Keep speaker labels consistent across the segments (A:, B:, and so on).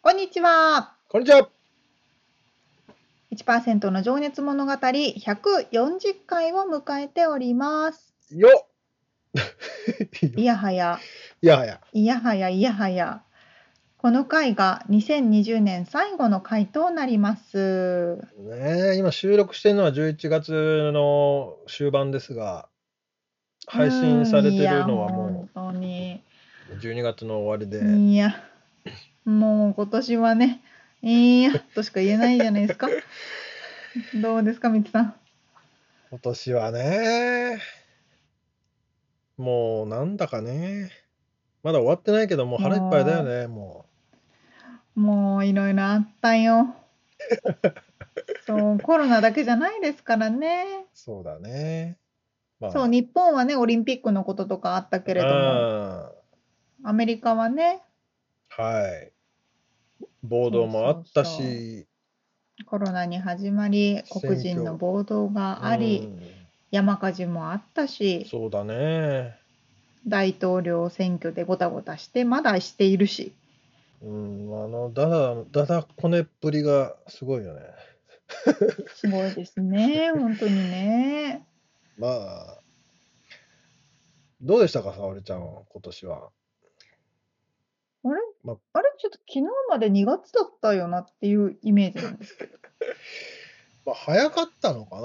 A: こんにちは
B: こんにちは。
A: 1%の情熱物語140回を迎えております
B: よっ
A: いやはや
B: いやはや。
A: いやはやいやはやこの回が2020年最後の回となります
B: ねえ、今収録してるのは11月の終盤ですが、配信されてる
A: うん
B: のは
A: いや
B: も
A: 本当に
B: う12月の終わりで、
A: いやもう今年はねいやとしか言えないじゃないです かどうですかみつさん
B: 今年はね、もうなんだかね、まだ終わってないけど、もう腹いっぱいだよね、も
A: もういろいろあった よそうコロナだけじゃないですからね
B: う。そうだね。ま
A: そう日本はねオリンピックのこととかあったけれども
B: も。
A: アメリカはね
B: はい。暴動もあったし、
A: そうそうコロナに始まり
B: 選挙
A: 黒人の暴動があり、山火事もあった
B: うん
A: し
B: そうだね。
A: 大統領選挙でごたごたしてまだしているし
B: うん、あの、だだ、だだこねっぷりがすごいよね。
A: すごいです ね本当にね
B: まあ、どうでしたか、沙織ちゃんは、今年は。
A: あれ、
B: ま
A: あれちょっと昨日まで2月だったよなっていうイメージなんですけど
B: まあ、早かったのか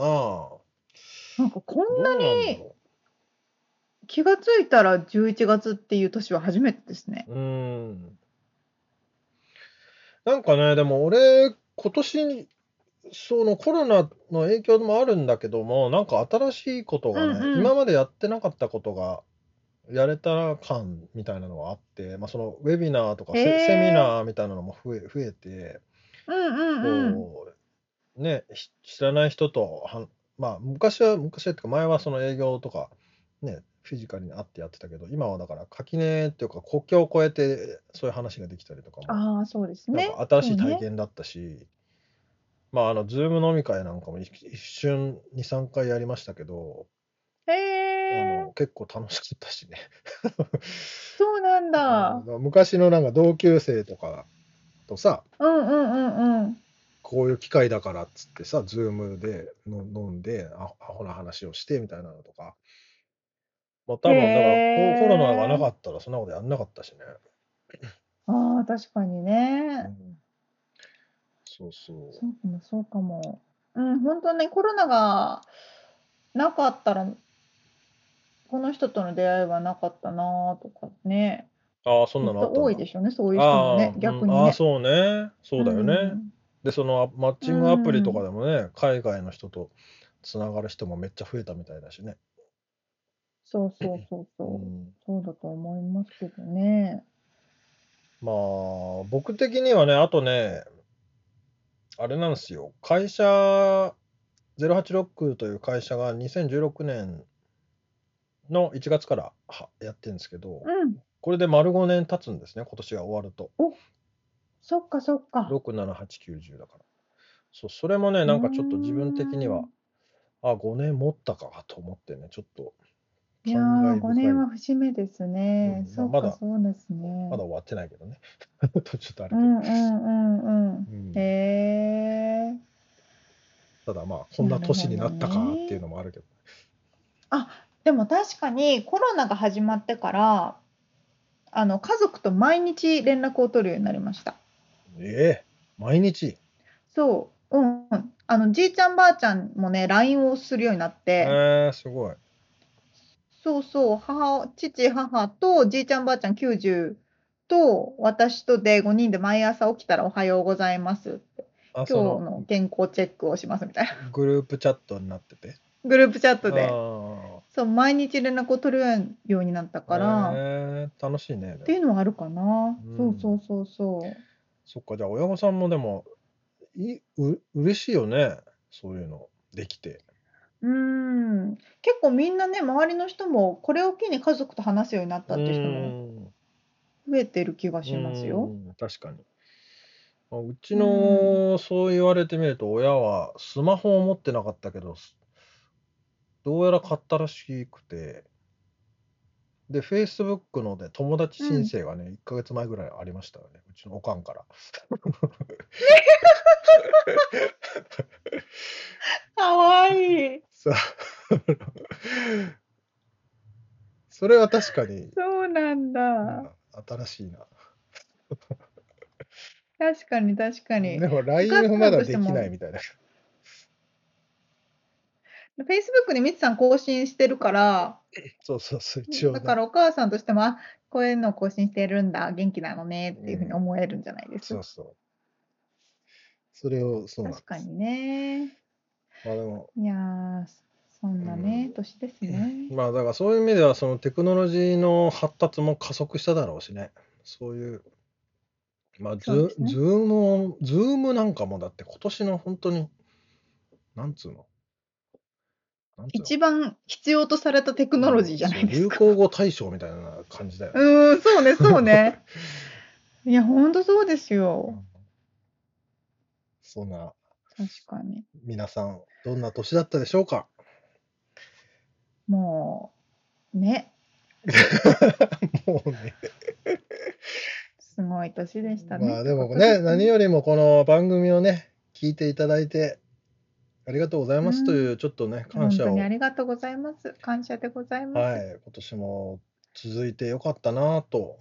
B: な
A: なんかこ
B: ど
A: ん
B: うな
A: なん
B: だ
A: に
B: ろ
A: 気がついたら11月っていう年は初めてですね
B: ううん。なんかね、でも俺、今年、そのコロナの影響もあるんだけども、なんか新しいことがね、
A: うんうん
B: 今までやってなかったことが、やれた感みたいなのがあって、まあ、そのウェビナーとかセ,、
A: へー
B: セミナーみたいなのも増え増えて、
A: うんうんうん
B: こうね、ひ知らない人とはん、まあ、昔は昔はっていうか前はその営業とか、ね、フィジカルに会ってやってたけど今はだから垣根っていうか国境を越えてそういう話ができたりとかも、
A: ああそうです
B: なん
A: ね
B: か新しい体験だったし、まああの Zoom 飲み会なんかも一一瞬23回やりましたけど、
A: へ
B: あ
A: え
B: の結構楽しかったしね
A: そうなんだ
B: あの昔のなんか同級生とかとさ、
A: うんうんうんうん
B: こういう機会だからっつってさ、ズームでの飲んで、アホアホな話をしてみたいなのとか。まあ多分、だから
A: へー
B: ココロナがなかったらそんなことやんなかったしね。
A: ああ確かにね
B: うんそうそ
A: そうかも、そうかも。うん、本当ね、コロナがなかったら、この人との出会いはなかったなとかね。
B: う。ああ、そんなのあ
A: き
B: っ
A: った
B: ん
A: と
B: だ
A: 多いでしょうね、そういう人も
B: あ
A: ね
B: あ、、
A: 逆
B: うん
A: に
B: ああ、
A: ね。
B: そうね。そうだよね。
A: ん
B: で、そのあマッチングアプリとかでもね、海外の人とつながる人もめっちゃ増えたみたいだしね。
A: そうそうそうそうう。
B: ん
A: そうだと思いますけどね。
B: まあ、僕的にはね、あとね、あれなんですよ、会社、086という会社が2016年の1月からはやってるんですけど、
A: うん、
B: これで丸5年経つんですね、今年が終わると。
A: そっかそっか。
B: 6、7、8、9、10だから。そう、それもね、なんかちょっと自分的には、あ、5年持ったかと思ってね、ちょっと
A: いや
B: 感
A: ー、
B: 慨深い
A: 5年は節目ですね。
B: うん
A: そっ
B: まあま
A: か
B: だ
A: そうですね。
B: まだ終わってないけどね。 ちょっとあれ
A: う
B: だけど
A: んうんうんうん。
B: うん
A: へえー。
B: ただまあ、こんな年になったかっていうのもあるけど。
A: でも確かにコロナが始まってからあの家族と毎日連絡を取るようになりました
B: ええ毎日。
A: そううんうんあのじいちゃんばあちゃんもね LINE をするようになって、
B: えー、すごい。
A: そうそう、母、父、母と、じいちゃんばあちゃん90と、私とで5人で毎朝起きたらおはようございますって、
B: あ
A: 今日
B: その
A: の健康チェックをしますみたいな。
B: グループチャットになってて。
A: グループチャッ
B: あ
A: トで。
B: ー
A: そう、毎日連絡を取るようになったから、
B: へー楽しいね。でも
A: っていうのはあるかな。
B: うん
A: そうそうそうそう。
B: そっか、じゃあ親御さんもでも、いう嬉しいよね、そういうの、できて。
A: うーん結構みんなね周りの人もこれを機に家族と話すようになったっていう人も増えてる気がします
B: う
A: よ。
B: ん確かに。あうちの、そう言われてみると、親はスマホを持ってなかったけど、すどうやら買ったらしくて、で、Facebook ので友達申請がね、1ヶ月前ぐらいありましたよね、うちのおかんから。
A: かわいい
B: さ それは確かに、
A: そうなん
B: なん
A: だ
B: か新しいな。
A: 確かに確かに
B: でも LINE はまだできないみたいな。
A: Facebook にみつさん更新してるから
B: そうそうそう、一応ね、
A: だからお母さんとしてもあこういうの更新してるんだ元気なのねっていうふうに思えるんじゃないです
B: そ
A: か
B: うそう。それを、そうなんです
A: 確かにね
B: まあでも、
A: いやーそんなね、
B: うん
A: 年ですね
B: まあだからそういう意味では、そのテクノロジーの発達も加速しただろうしね。そういう、まあズ、
A: そうですね
B: ズームを、ズームなんかもだって今年の本当に、なんつうのなんつうの
A: 一番必要とされたテクノロジーじゃないですか
B: そう流行語大賞みたいな感じだよね。
A: うーん、そうね、そうね。 いや、ほんとそうですよ。
B: そんな、
A: 確かに。
B: 皆さん、どんな年だったでしょうか
A: もう、ね、
B: もうね。
A: すごい年でしたね。
B: まあでも
A: ってことで
B: ね、
A: す
B: 何よりもこの番組をね、聞いていただいて、ありがとうございますという、ちょっとね、感謝
A: 本当
B: を、
A: にあ
B: はい、
A: りがとうございます。感謝でございます。
B: 今年も続いてよかったなぁと、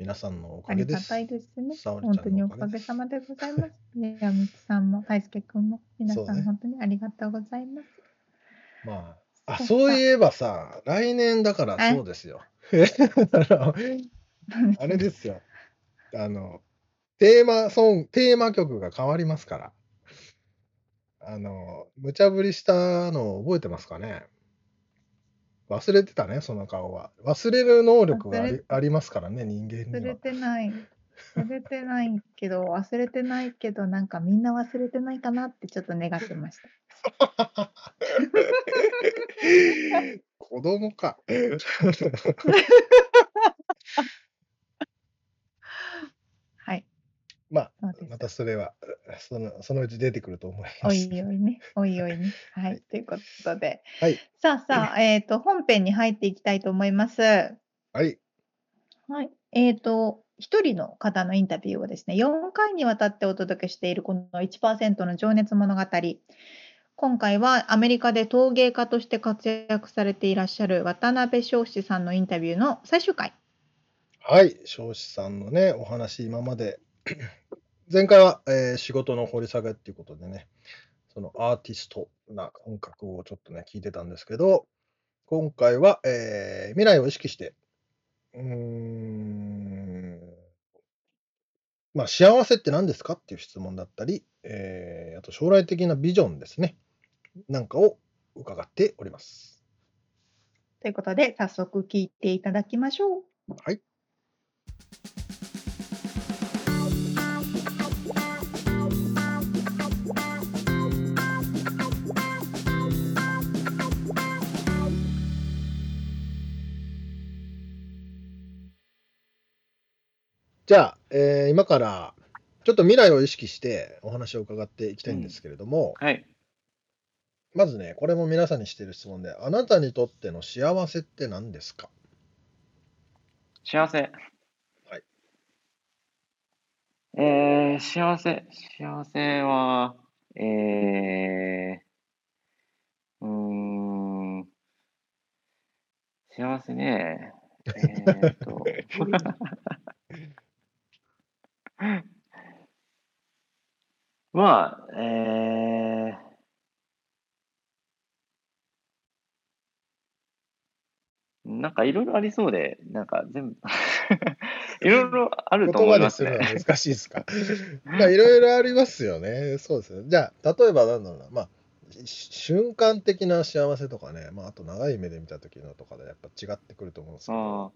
B: 皆さんのお
A: あ
B: かげ
A: り
B: で
A: が
B: す。
A: たいですね。
B: 沙織
A: 本
B: ちゃ
A: 当
B: ん
A: に
B: の
A: お
B: おか
A: か
B: げ
A: げ
B: です
A: さまでございます。いや、みつさんも、たいすけくんも、皆さ、
B: そうんね
A: 本当にありがとうございます。
B: まあ、あ、そういえばさ、来年だから
A: え
B: そうですよ。 あのあれですよ。あの、テーマソング、テーマ曲が変わりますから。あの、無茶ぶりしたのを覚えてますかね忘れてたね、その顔は。忘れる能力があ
A: 忘
B: り
A: れ
B: ありますからね、人間
A: 忘
B: に
A: れ
B: は。
A: てない。忘れてないけど、忘れてないけど、なんかみんな忘れてないかなってちょっと願ってました。
B: 子供か。
A: はい。
B: まあ、
A: そうです。
B: またそれは、そのそのうち出てくると思い
A: お
B: ま
A: い
B: す。
A: おいね。おいおいね。は
B: はい
A: い。ということで。
B: はい。
A: さあさあ、えっ、と、本編に入っていきたいと思います。は
B: はい。
A: い。えっ、と、一人の方のインタビューをですね、4回にわたってお届けしているこの1%の情熱物語。今回はアメリカで陶芸家として活躍されていらっしゃる渡辺彰子さんのインタビューの最終回。
B: はい、彰子さんのね、お話、今まで、 前回は、えー仕事の掘り下げっていうことでね、そのアーティストな感覚をちょっとね、聞いてたんですけど、今回は、えー未来を意識して、うーん、まあ、幸せって何ですかっていう質問だったり、えーあと将来的なビジョンですね、なんかを伺っております。
A: ということで、早速聞いていただきましょう。
B: はい。じゃあ、えー今からちょっと未来を意識してお話を伺っていきたいんですけれども、
C: はい。
B: まずね、これも皆さんにしている質問で、あなたにとっての幸せって何ですか
C: 幸せ。
B: はい。
C: えー、幸せ。幸せは、えー、うーん、幸せね。えーと、 まあ、えー、なんかいろいろありそうで、なんか全部、 いろいろあると
B: 言
C: 思
B: 葉
C: いま
B: ですする
C: ね
B: の。は難しいです か。まあ、いろいろありますよね。そうですね。じゃあ、例えばなんだろうな。まあ、し瞬間的な幸せとかね、まあ、あと長い目で見た時のとかでやっぱ違ってくると思うんですけど、
C: あ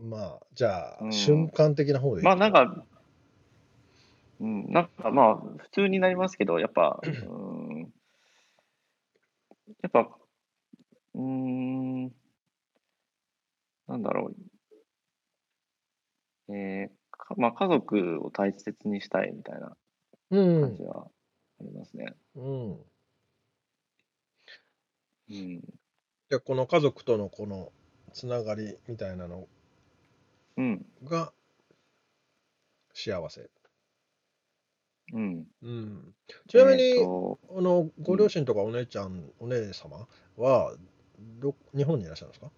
B: まあ、じゃあ、
C: うん
B: 瞬間的な方でい
C: あ
B: き
C: ま
B: ま
C: あ
B: す
C: なんか、うん、なんかまあ普通になりますけど、やっぱ、うん、やっぱ、うん、なんだろう。えーかまあ家族を大切にしたいみたいな
B: うん、
C: 感じはありますね。
B: うん。
C: うん。
B: じゃあ、この家族とのこのつながりみたいなの
C: うん。
B: が幸せ。
C: うん。
B: うん、ちなみに、
C: えーと
B: あのご両親とかお姉ちゃん、お姉様はど日本にいらっしゃるんですか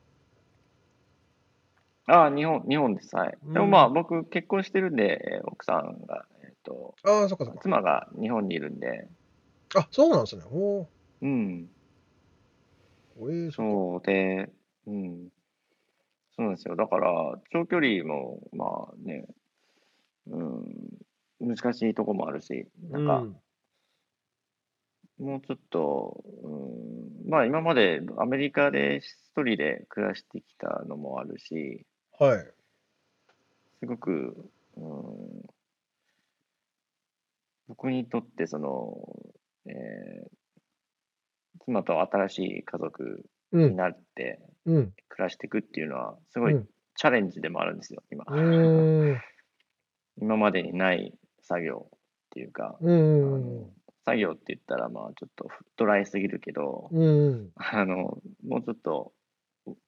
C: ああ、日本、日本です。はい。
B: うん
C: でもまあ、僕、結婚してるんで、えー奥さんが、えっと、
B: ああ、そっかそっか。
C: 妻が日本にいるんで、
B: あそうなんですね。お
C: うん、
B: お、ええそっか。
C: そうで、うん、そうなんですよ。だから、長距離も、まあね、うん、難しいとこもあるし、なんか、もうちょっと、うん、まあ、今までアメリカで一人で暮らしてきたのもあるし、
B: うん、はい。
C: すごく、うん、僕にとってその、えー妻と新しい家族
B: う
C: に
B: ん、
C: なって
B: うん、
C: 暮らしていくっていうのはす
B: う
C: ごい
B: ん。
C: チャレンジでもあるんですよ、今。
B: うーん、
C: 今までにない作業っていうか、
B: う
C: あ
B: ん
C: の、作業って言ったらまあちょっとドライすぎるけど、
B: うん、
C: あのもうちょっと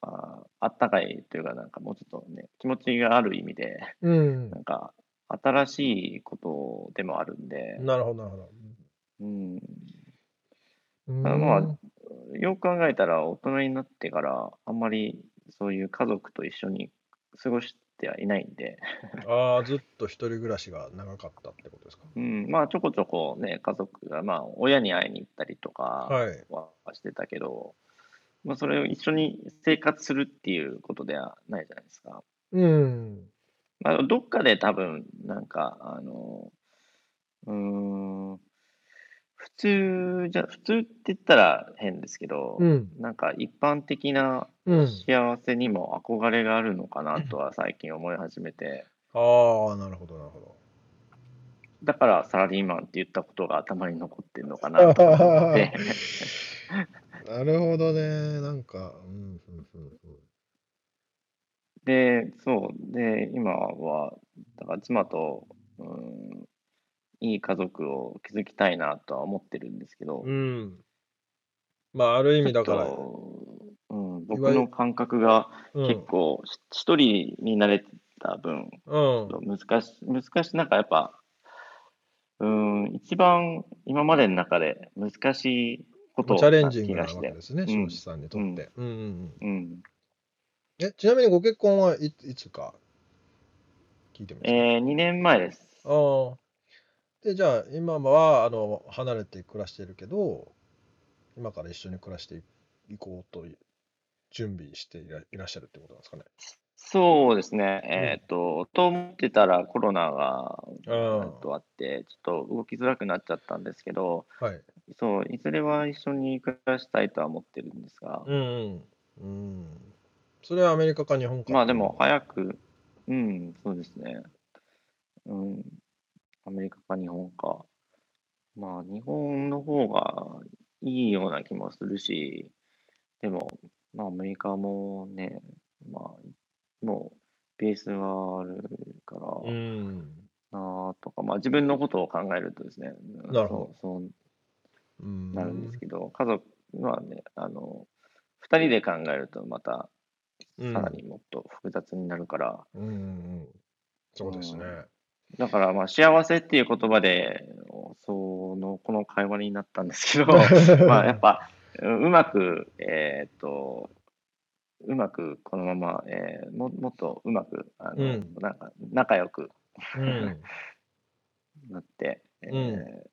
C: ああったかいというかなんかもうちょっとね気持ちがある意味で
B: うん。
C: なんか、新しいことでもあるんで、
B: なるほど、なるほど。
C: うん、
B: う
C: あのま
B: ーん
C: あ、よく考えたら、大人になってから、あんまりそういう家族と一緒に過ごしてはいないんで、
B: ああ、ずっと一人暮らしが長かったってことですか。
C: うん、まあ、ちょこちょこね、家族が、まあ、親に会いに行ったりとか
B: はい。
C: はしてたけど、まあ、それを一緒に生活するっていうことではないじゃないですか。
B: うん、
C: まあ、どっかで多分、なんか、あの、うーん、普通じゃ、普通って言ったら変ですけど、
B: うん、
C: なんか一般的な
B: うん。
C: 幸せにも憧れがあるのかなとは最近思い始めて、
B: ああ、なるほど、なるほど。
C: だからサラリーマンって言ったことが頭に残ってるのかなと思っ
B: な
C: て、
B: るほどね。なんか、うん、うん、うんうん。
C: で、そう、で、今は、だから妻と、うん、いい家族を築きたいなとは思ってるんですけど、
B: うん。まあ、ある意味だから、
C: ちょっとうん、
B: ゆる
C: 僕の感覚が
B: う
C: 結
B: ん。
C: 構、し一人になれてた分、
B: うん。
C: 難し難しい、なんかやっぱ、うん、一番今までの中で難しいこと
B: チャレン
C: な
B: ジン
C: 気
B: グな
C: が
B: わ
C: し
B: け
C: て
B: で、すね、
C: ん
B: 少子さんにとって。うんうんうん
C: うん
B: えちなみにご結婚はいいつか聞いてもいいですか
C: えー、2年前です。
B: ああ。で、じゃあ、今はあの離れて暮らしているけど、今から一緒に暮らしていこうという準備していらいらっしゃるってことなんですかね。
C: そうですね、えっと、と思ってたらコロナが、
B: あ
C: え
B: あ
C: ーっとあって、ちょっと動きづらくなっちゃったんですけど、
B: はい。
C: そう、いずれは一緒に暮らしたいとは思ってるんですが、
B: うんうん。うん。それはアメリカか日本か
C: まあ
B: って
C: で
B: いうの
C: も
B: は
C: 早く、うん、そうですね。うん、アメリカか日本か。まあ日本の方がいいような気もするし、でも、まあアメリカもね、まあ、もうベースがあるから
B: うん。
C: なあとか、まあ自分のことを考えるとですね、うん
B: なるほ
C: そうそう
B: うん。
C: なるんですけど、家族はね、あの、二人で考えるとまた
B: うん
C: さらにもっと複雑になるから、
B: うんうんうん。そうですね。
C: だから、まあ、幸せっていう言葉で、その、この会話になったんで すけど、まあ、やっぱ、うんうまく、えーっと、うまく、このまま、えーも、もっとうまく、あの、
B: うん
C: なんか、仲良く
B: うん。
C: なって、えー
B: うん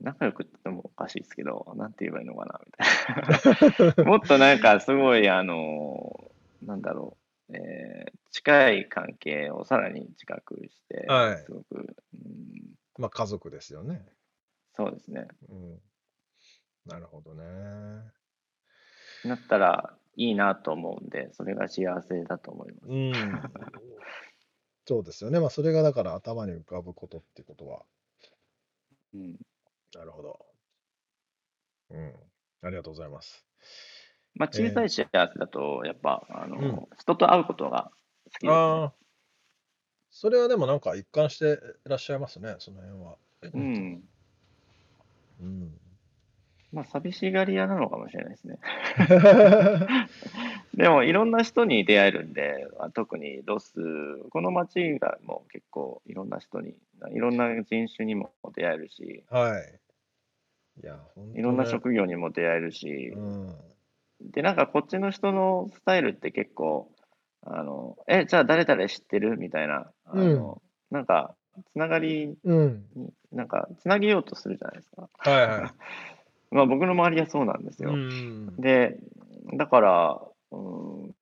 C: 仲良くって言ってもおかしいですけど、なんて言えばいいのかな、みた いな。もっとなんか、すごい、あの、なんだろう、えー近い関係をさらに近くして、
B: はい
C: すごく、うん、
B: まあ家族ですよね。
C: そうですね。
B: うん。なるほどね。
C: なったらいいなと思うんで、それが幸せだと思います。
B: うん。 そうですよね。まあそれがだから頭に浮かぶことってことは。
C: うん
B: なるほど。うん。ありがとうございます。
C: まあ、
B: えー
C: 小さい幸せだと、やっぱ、あの、
B: うん
C: 人と会うことが好きです、
B: ああ。それはでもなんか一貫していらっしゃいますね、その辺は。
C: うん。
B: うん。
C: まあ、寂しがり屋なのかもしれないですね。でも、いろんな人に出会えるんで、あ特にロス、この街がもう結構いろんな人に、いろんな人種にも出会えるし、
B: はい。いや、本当ね
C: いろんな職業にも出会えるし、
B: うん。
C: で、なんかこっちの人のスタイルって結構、あの、え、じゃあ誰々知ってるみたいな、あの、なんか、つながり
B: うん。
C: に、なんか、つなげようとするじゃないですか。
B: はいはい。
C: まあ、僕の周りはそうなんですよ。
B: うん。
C: で、だから、うん、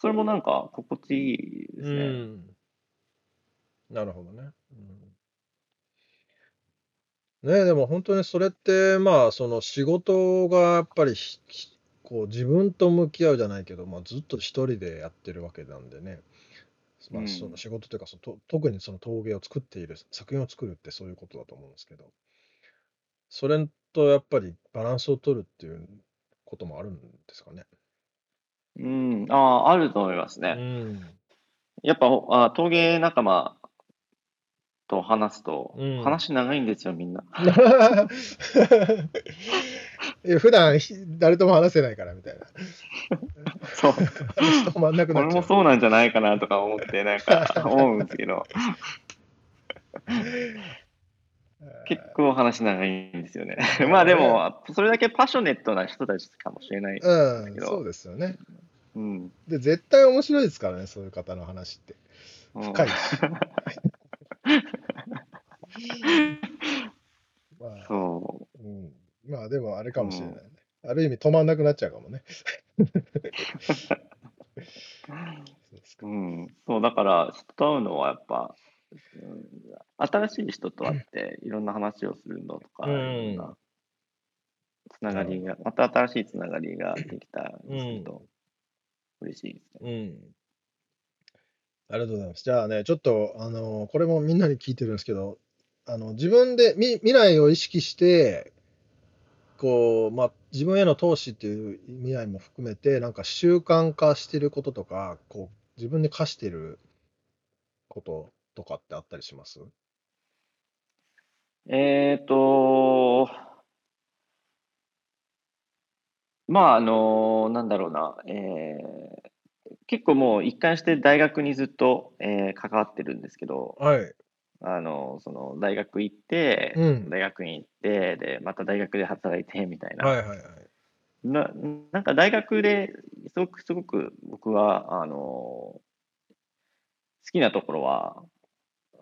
C: それもなんか心地いいです
B: う
C: ね。
B: ん。なるほどね。うん、ねえでも本当にそれってまあその仕事がやっぱりひひこう自分と向き合うじゃないけど、まあ、ずっと一人でやってるわけなんでね、ま
C: う
B: あ、
C: ん
B: その仕事というかそのと特にその陶芸を作っている作品を作るってそういうことだと思うんですけどそれとやっぱりバランスを取るっていうこともあるんですかね。
C: うん、ああ、あると思います
B: う
C: ね。
B: ん、
C: やっぱあ陶芸仲間と話すと、
B: うん
C: 話長いんですよ、み んな。
B: い や普段ひ誰とも話せないからみたいな。
C: そう。
B: 話止まんなくな
C: 俺
B: っちゃ
C: も
B: う。
C: そうなんじゃないかなとか思って、なんか思うんですけど、結構話長いんですよね。まあでも、それだけパショネットな人たちかもしれない。
B: う
C: だ
B: ん
C: け、ど
B: そうですよね。
C: うん。
B: で、絶対面白いですからね、そういう方の話って。
C: うん
B: 深いし。まあ、
C: そう。
B: うん、まあ、でもあれかもしれないね。ある意味止まんなくなっちゃうかもね。そうですか
C: うん、そう、だから、人と会うのはやっぱ、うん新しい人と会って、いろんな話をするのとか、
B: うん
C: いろんなつながりが、また新しいつながりができたりすると、嬉しいですね。
B: うん。ありがとうございます。じゃあね、ちょっと、あのこれもみんなに聞いてるんですけど、あの自分でみ未来を意識して、こう、まあ、自分への投資っていう意味合いも含めて、なんか習慣化してることとか、こう、自分で課してることとかってあったりします
C: えっと、まあ、あの、なんだろうな、えー結構もう一貫して大学にずっと、えー関わってるんですけど、
B: はい。
C: あの、その大学行って、
B: うん
C: 大学院行って、で、また大学で働いてみたいな。
B: はいはいはい。
C: な、なんか大学ですごく、すごく僕は、あの、好きなところは、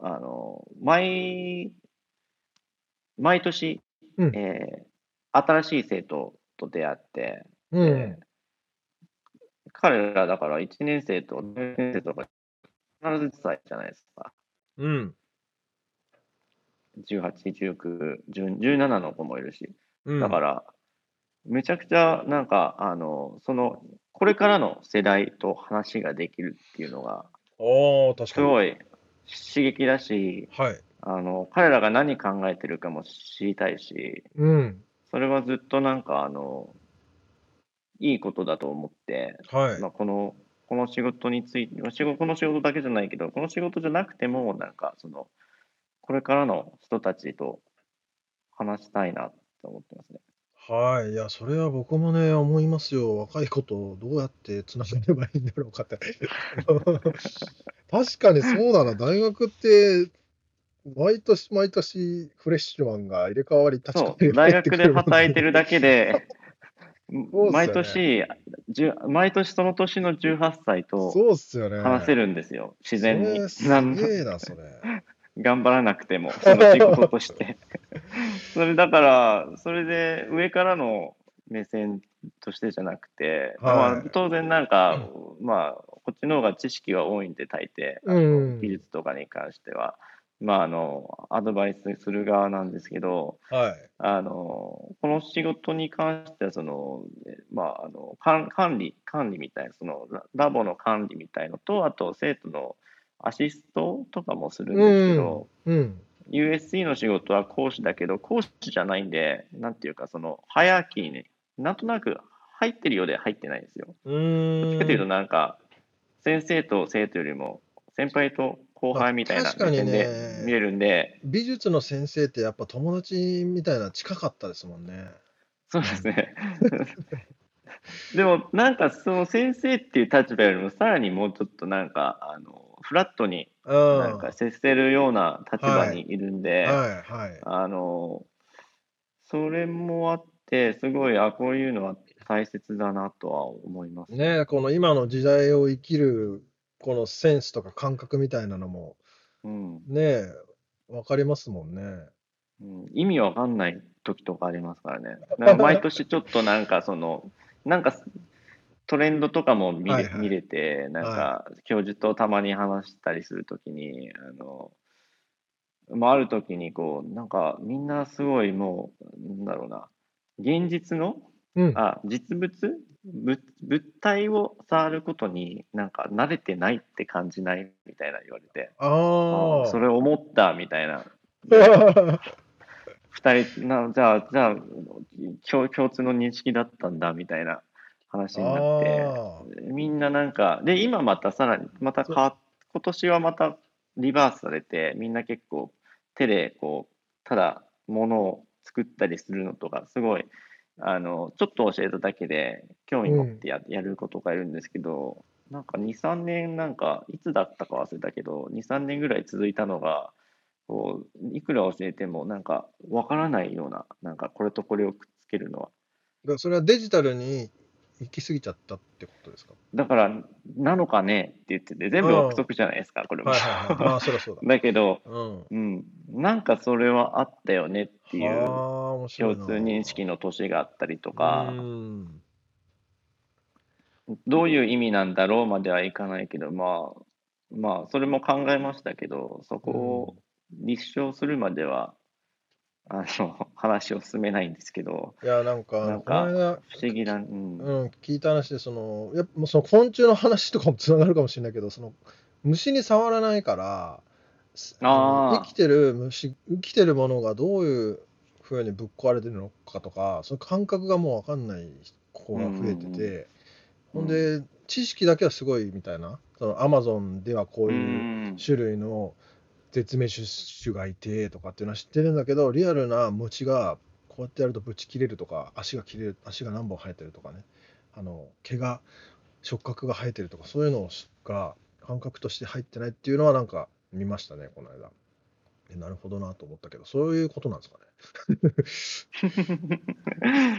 C: あの、毎、毎年、
B: うん
C: えー新しい生徒と出会って、
B: う
C: え
B: ん。
C: ー彼らだから1年生と2年生とか必ず伝えじゃないですか。
B: うん。
C: 18、19、10 17の子もいるし、
B: うん。
C: だから、めちゃくちゃ、なんか、あの、その、これからの世代と話ができるっていうのが、
B: おー、確
C: す
B: かに。
C: ごい刺激だし、
B: はい。
C: あの、彼らが何考えてるかも知りたいし、
B: うん。
C: それはずっとなんか、あの、いいことだと思って、
B: はい
C: ま。あ、この、この仕事について、まあ仕事この仕事だけじゃないけど、この仕事じゃなくても、なんか、その、これからの人たちと話したいなって思ってますね。
B: はい、いや、それは僕もね、思いますよ。若い子とどうやってつなげればいいんだろうかって。 確かにそうだな、大学って、毎年毎年フレッシュマンが入れ替わり立ち替わ
C: そ
B: り
C: う、大学で働いて
B: る。
C: るだけで、
B: よね
C: 毎年、じゅ毎年その年の18歳と
B: そうっすよね。
C: 話せるんですよ、自然に。
B: それ
C: なん
B: すげえな、それ。
C: 頑張らなくても、その仕事として。それだから、それで上からの目線としてじゃなくて、
B: はい
C: まあ、当然なんか、まあ、こっちの方が知識が多いんで、大抵、あの
B: うん
C: 技術とかに関しては、まあ、あの、アドバイスする側なんですけど、
B: はい。
C: あの、この仕事に関しては、その、えまあ、あの、管管理、管理みたいな、その、ララボの管理みたいのと、あと、生徒のアシストとかもするんですけど、
B: うん。
C: USC の仕事は講師だけど、講師じゃないんで、なんていうか、その、ハイアーキーに、なんとなく入ってるようで入ってないんですよ。
B: うーん。
C: だけどなんか、先生と生徒よりも、先輩と後輩みたい
B: ま
C: な
B: あ確か
C: 目
B: にね
C: 線で見れるんで、
B: 美術の先生ってやっぱ友達みたいな近かったですもんね。
C: そうですね。でも、なんか、その先生っていう立場よりも、さらにもうちょっとなんか、あの、フラットに、
B: うん。
C: なんか接せるような立場にいるんで、
B: はいはい。
C: あの、それもあって、すごい、あ、こういうのは大切だなとは思います。
B: ねこの今の時代を生きるこのセンスとか感覚みたいなのも
C: うん。
B: ねわかりますもんね。
C: うん意味わかんない時とかありますからね。なんか毎年ちょっとなんかその、 なんかトレンドとかも見れ,、
B: はいはい
C: 見れて、なんか教授とたまに話したりするときに、あの、まあ、あるときにこう、なんかみんなすごいもう、なんだろうな、現実の
B: うん。
C: あ実物物物体を触ることになんか慣れてないって感じないみたいな言われて
B: あ
C: あ
B: あ。
C: ーそれ思ったみたいな2人なじゃあじゃあ共共通の認識だったんだみたいな話になって
B: あー
C: みんななんかで今またさらにまた変わっ今年はまたリバースされてみんな結構手でこうただ物を作ったりするのとかすごいあのちょっと教えただけで興味持ってや,、やる子とかいるんですけどなんか23年なんかいつだったか忘れたけど23年ぐらい続いたのがこういくら教えてもなんかわからないようななんかこれとこれをくっつけるのは
B: でそれはデジタルに行き過ぎちゃったってことですか
C: だからなのかねって言ってて全部憶測じゃないですかこれも。
B: はい はいはい。まあそりゃそうだ。
C: だけど、
B: うん。は
C: うん、なんかそれはあったよねっていう
B: あ面白
C: 共
B: いな。
C: 通認識の年があったりとか
B: う、ん。
C: どういう意味なんだろうまではいかないけど、まあ、まあ、それも考えましたけど、そこを立証するまでは、あの、話を進めないんですけど、
B: いやなんか
C: なんか
B: この間
C: 不思議な、うん、
B: うん、聞いた話でそのやっぱもうその昆虫の話とかもつながるかもしれないけどその虫に触らないからす
C: あー
B: の生きてる虫生きてるものがどういうふうにぶっ壊れてるのかとかその感覚がもう分かんない子が増えてて、
C: うんうんうん
B: ほんで知識だけはすごいみたいなそのアマゾンではこう
C: う、
B: いうん種類の絶滅種がいてとかっていうのは知ってるんだけどリアルな餅がこうやってやるとぶち切れるとか足が切れる足が何本生えてるとかねあの毛が触覚が生えてるとかそういうのが感覚として入ってないっていうのはなんか見ましたねこの間えなるほどなと思ったけどそういうことなんですかね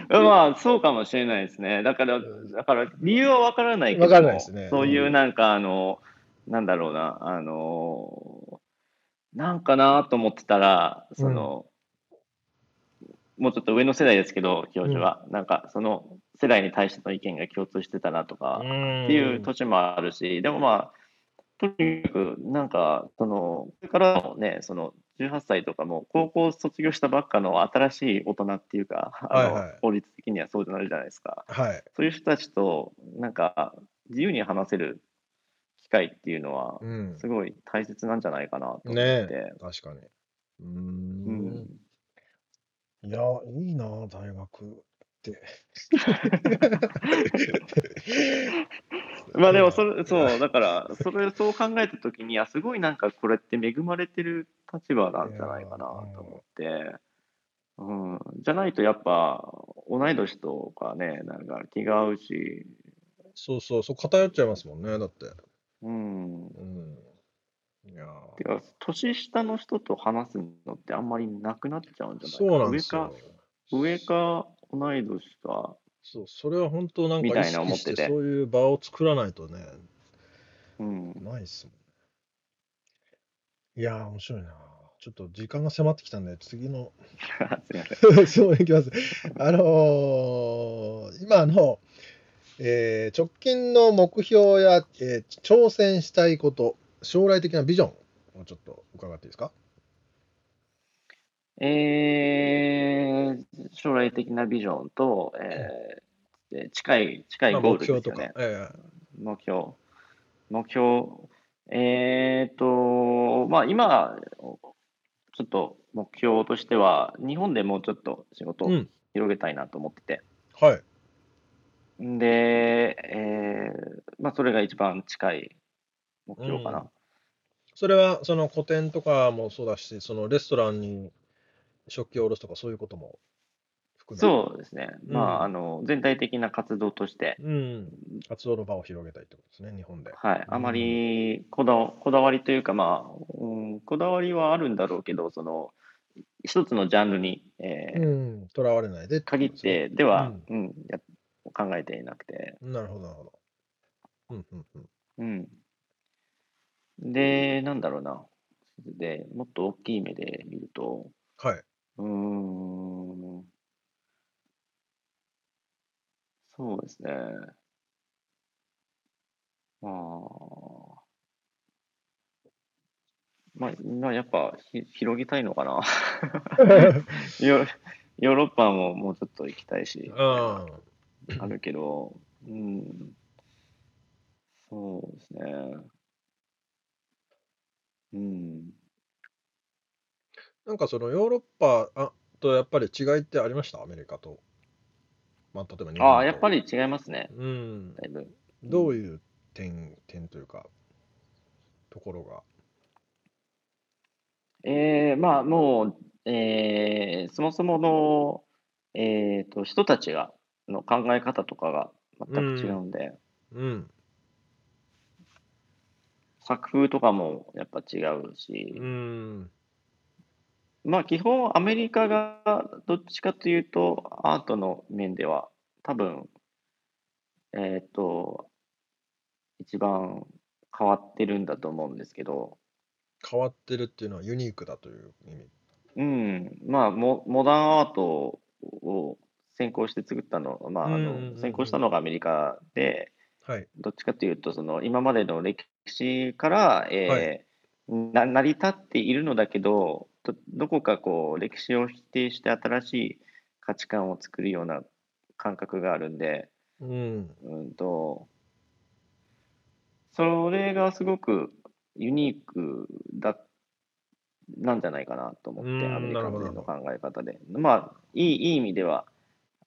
C: まあ、そうかもしれないですね。だから、だから理由はわからないけど
B: わ
C: も、
B: からないですね
C: そういううんなんか、あの、なんだろうな、あの、なんかなと思ってたら、その、もうちょっと上の世代ですけど、教授は、なんか、その世代に対しての意見が共通してたなとか、っていう
B: と
C: 年もあるし、でもまあ、とにかく、なんか、その、これからのね、その、18歳とかも、高校卒業したばっかの新しい大人っていうか、あの
B: はいはい
C: 法律的にはそうじゃないじゃないですか。
B: はい
C: そういう人たちと、なんか、自由に話せる機会っていうのは、
B: うん
C: すごい大切なんじゃないかなと思って、
B: ね確かにうー
C: うんん、
B: いやいいな大学って
C: まあでもそれ、そう、だから、それ、そう考えたときに、あ、すごいなんかこれって恵まれてる立場なんじゃないかなと思って、うん、じゃないとやっぱ、同い年とかね、なんか気が合うし、
B: そうそう、そう偏っちゃいますもんね、だって。
C: うん、
B: うん。いやー
C: てか、年下の人と話すのってあんまりなくなっちゃうんじゃないか
B: そうなんですよ。
C: 上か、上か同い年か、
B: そう、それは本当なん
C: み
B: か意
C: たいな
B: 識
C: 思っ
B: して
C: て
B: て、
C: て
B: そういう場を作らないとね、
C: うん、
B: ないっすもん。いやー、面白いな。ちょっと時間が迫ってきたんで、次の
C: すみませ ん。
B: 質問いきます。あのー今の、えー直近の目標や、えー挑戦したいこと、将来的なビジョンをちょっと伺っていいですか
C: えー、将来的なビジョンと、えーで近い、近い
B: まあ
C: ゴ
B: 目
C: ールですよ
B: 標とか。
C: ね。
B: え
C: 目標。目標。えーっと、まあ今、ちょっと目標としては、日本でもうちょっと仕事
B: え
C: を
B: うん。
C: 広げたいなと思ってて。
B: はい。
C: んで、えー、まあそれが一番近い目標かな。
B: それは、その個展とかもそうだし、そのレストランに食器を卸すとか、そういうことも含め
C: そうですね。
B: うん
C: まあ、あの、全体的な活動として、
B: うん。活動の場を広げたいってことですね、日本で。
C: はい、あま
B: うん
C: りこだわこだわりというか、まあ、うん、こだわりはあるんだろうけど、その、一つのジャンルに、えー
B: うん、とらわれないでこと
C: 限
B: で
C: っ
B: すね。
C: てでは、うんや考えていなくて、
B: なるほど、なるほど。うん、うん、うん。
C: うん、で、なんだろうな、でもっと大きい目で見ると、
B: はい。
C: うーん、そうですね、まあ、まあ、今やっぱひ広げたいのかな ヨ、ヨーロッパももうちょっと行きたいし。
B: あ
C: あるけど、うん、そうですね。うん、
B: なんかそのヨーロッパあとやっぱり違いってありましたアメリカと。まあ、例えば日本
C: あ
B: と
C: あ、やっぱ。り違いますね、
B: うん
C: だ。いぶ。
B: どういう点、点というか、ところが。
C: えー、まあ、もう、えー、そもそもの、えー、と人たちがの考え方とかが全く違うんで、
B: うん。
C: 作風とかもやっぱ違うし、
B: うん。
C: まあ、基本、アメリカがどっちかというと、アートの面では、多分、えっと、一番変わってるんだと思うんですけど、
B: 変わってるっていうのはユニークだという意味。
C: うん、まあ、モ、モダンアートを先行して作ったの、まあ、あ
B: うんうんうんうん
C: の、先行したのがアメリカで、
B: はい。
C: どっちかというと、その、今までの歴史から、えーな、成り立っているのだけど、ど、どこかこう、歴史を否定して新しい価値観を作るような感覚があるんで、
B: うん。
C: うんと、それがすごくユニークだ、なんじゃないかなと思って、
B: うん
C: アメリ
B: な
C: カ
B: るほど
C: 人の考え方で。まあ、いい、いい意味では、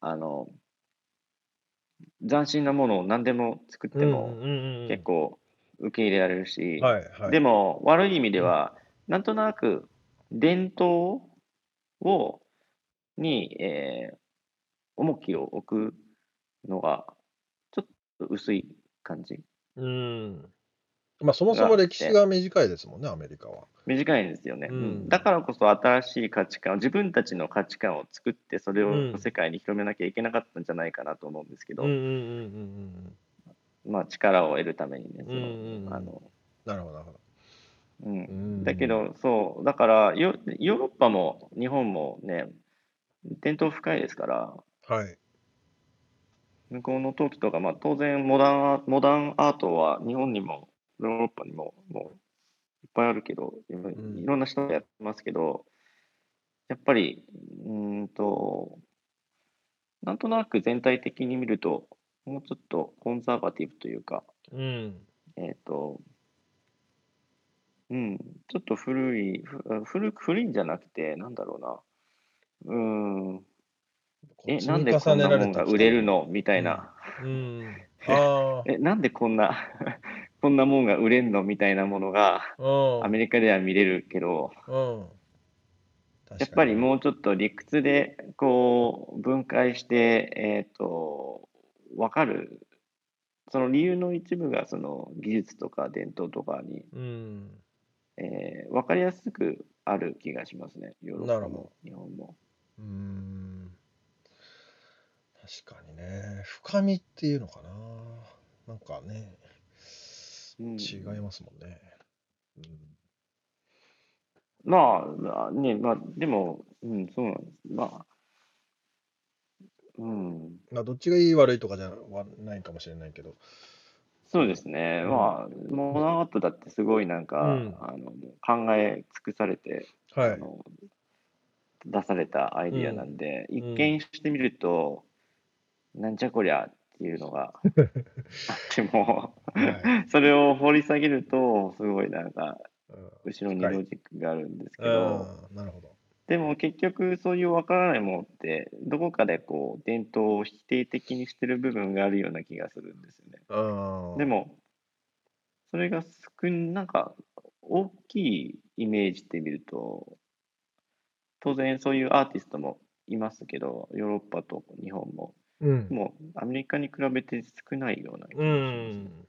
C: あの、斬新なものを何でも作っても、
B: うんうんうん、
C: 結構受け入れられるし、
B: はいはい。
C: でも悪い意味では、なんとなく伝統をに、えー重きを置くのがちょっと薄い感じ
B: うん。まあそもそも歴史が短いですもんね、アメリカは。
C: 短いんですよね、
B: うん
C: うんだからこそ新しい価値観を自分たちの価値観を作ってそれ
B: う
C: を
B: ん
C: 世界に広めなきゃいけなかったんじゃないかなと思うんですけど、
B: うんうんうんうん
C: まあ、力を得るためにねその、
B: うんうんうん
C: あの
B: なるほど、なるほど。
C: うん
B: う、ん
C: だけ、ど、そう、だからヨ、ヨーロッパも日本もね、伝統深いですから、
B: はい。
C: 向こうの陶器とか、まあ、当然モダンア、モダンアートは日本にもヨーロッパにももういっぱいあるけど、いろ
B: ん
C: いろんな人がやってますけど、やっぱり、うーんと、なんとなく全体的に見ると、もうちょっとコンサバティブというか、
B: うん。
C: えっと、うん、ちょっと古い、ふあ古く、古いんじゃなくて、なんだろうな。うーん、え、なんでこんなもんが売れるのみたいな。
B: うん。あ
C: え、なんでこんな、 こんなもんが売れんのみたいなものが、
B: あ。うん。
C: アメリカでは見れるけど、
B: うん。
C: やっぱり
B: う。
C: もうちょっと理屈で、こう、分解して、えっと、わかる。その理由の一部が、その技術とか伝統とかに、
B: うん。
C: えー、分かりやすくある気がしますね、ヨーロッ
B: な
C: パ
B: るほ
C: も日本も。
B: うん。確かにね。深みっていうのかな。なんかね、
C: うん
B: 違いますもんね。うん。
C: まあ、まあね、まあ、でも、うん、そうなんです。まあ、うん、
B: まあ、どっちがいい悪いとかじゃはないかもしれないけど。
C: そうですね。
B: うん
C: まあ、物語だってすごいなんか、
B: うん
C: あの、もう考え尽くされて、
B: は
C: あ
B: い。
C: の出されたアイディアなんで、
B: ん
C: 一見してみると、なんじゃこりゃっていう のがあっても
B: はい
C: それを掘り下げるとすごいなんか
B: うん
C: 後ろにロジックがあるんですけど
B: うんなるほど。
C: でも結局そういうわからないものってどこかでこう伝統を否定的にしてる部分があるような気がするんですよね。
B: うん
C: で、もそれが少んなんか大きいイメージで見ると当然そういうアーティストもいますけどヨーロッパと日本も
B: うん。
C: もうアメリカに比べて少ないような気が
B: う
C: しますね、っ
B: ん。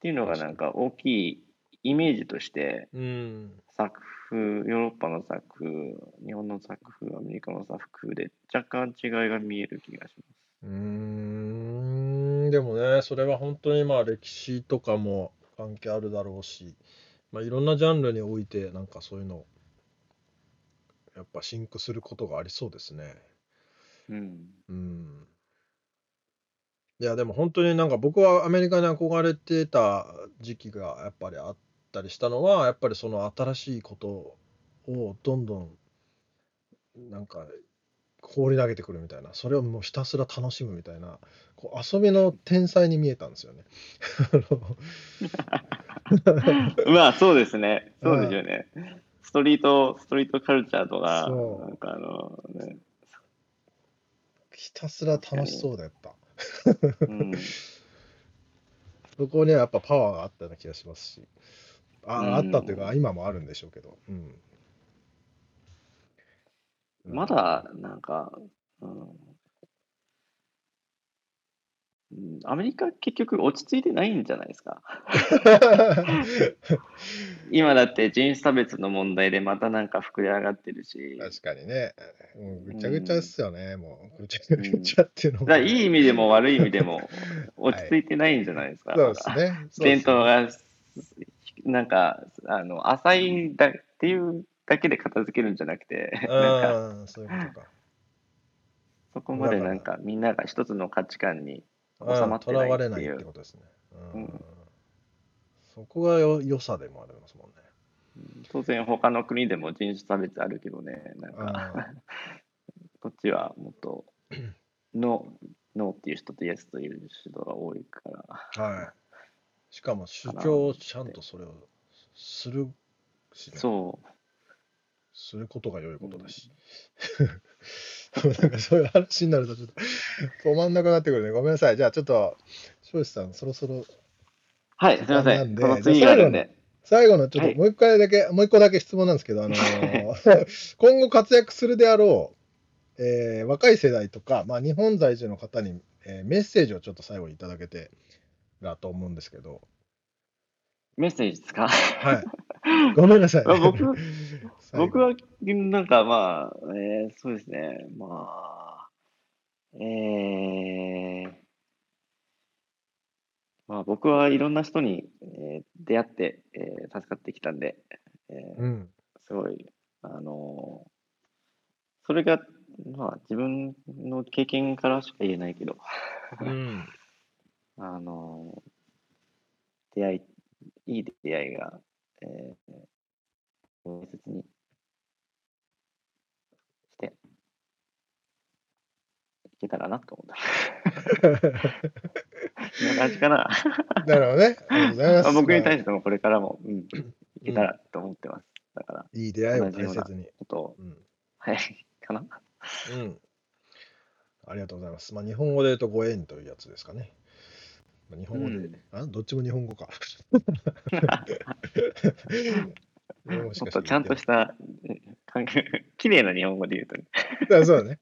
C: ていうのがなんか大きいイメージとして
B: うん。
C: 作風ヨーロッパの作風日本の作風アメリカの作風で若干違いが見える気がします。
B: うーんでもね、それは本当にまあ歴史とかも関係あるだろうし、まあ、いろんなジャンルにおいて、なんかそういうの、やっぱシンクすることがありそうですね。
C: うん
B: うん。いや、でも本当になんか僕はアメリカに憧れてた時期がやっぱりあったりしたのは、やっぱりその新しいことをどんどん、なんか放り投げてくるみたいな、それをもうひたすら楽しむみたいな、こう遊びの天才に見えたんですよね。
C: まあそうですね。そうですよね。ストリート、ストリートカルチャーとか、
B: そう
C: なんかあの、ね、
B: ひたすら楽しそうだった。
C: うん、
B: そこにはやっぱパワーがあったような気がしますし、
C: うん
B: ああったというか、今もあるんでしょうけど。うん、
C: まだなんか、うんうん、アメリカ結局落ち着いてないんじゃないです か。今だって人種差別の問題でまたなんか膨れ上がってるし、だか
B: 確かにね、もうぐちゃぐちゃですよね、もうぐちゃぐちゃって いうのも、
C: らいい意味でも悪い意味で も落ち着いてないんじゃないですか。
B: そうですね。そうで
C: 伝
B: すね
C: 統がなんかあの浅いんだっていうだけで片付けるんじゃなくて、なんか
B: うん、そういうことか。
C: そこまでなんかみんなが一つの価値観に、収まって
B: うん
C: ないっていう
B: 囚われないってことですね。うん
C: うん
B: そこがよ良さでもありますもんね。
C: 当然他の国でも人種差別あるけどね、なんかこっちはもっとノーノーっていう人とイエスという人が多いから、
B: うんはい。しかも主張をちゃんとそれをするしね、
C: そ
B: することが良いことだし。でもなんか そういう話になるとちょっと止まんなくなってくるね。ごめんなさい。じゃあちょっと、庄司さん、そろそろ
C: う。はい、すみませ
B: なん
C: ん。
B: で
C: この次があるんで。
B: 最後のちょっ
C: は
B: と
C: い
B: もう一回だけ、もう一個だけ質問なんですけど、あの ー今後活躍するであろう、えー若い世代とか、まあ、日本在住の方に、えーメッセージをちょっと最後にいただけてらと思うんですけど、
C: メッセージで すか
B: はい。ごめんなさい、
C: あ僕
B: 最後
C: 僕は、なんかまあ、えーそうですね、まあ、えーまあ僕はいろんな人に、えー出会って、えー助かってきたんで、えー
B: うん、
C: すごい、あのーそれが、まあ自分の経験からしか言えないけど、
B: うん、
C: あのー出会い、いい出会いが、えー大切にしていけたらなと思った。そんな感じ かな。
B: なるほどね。ありがとうございま
C: まあ
B: す。
C: 僕に対
B: ま
C: してもこれからも、うん、いけたらと思ってます。だから、
B: あいい出会いを大切に。
C: ことを、
B: うん
C: はい、かな。
B: うん。ありがとうございます。まあ、日本語で言うとご縁というやつですかね。まあ日本語で、
C: うん
B: あどっちも日本 語か。もし
C: も
B: かした
C: っと
B: ら
C: ちゃんとした、え感覚綺麗な日本語で言うとね、
B: あ そうだね。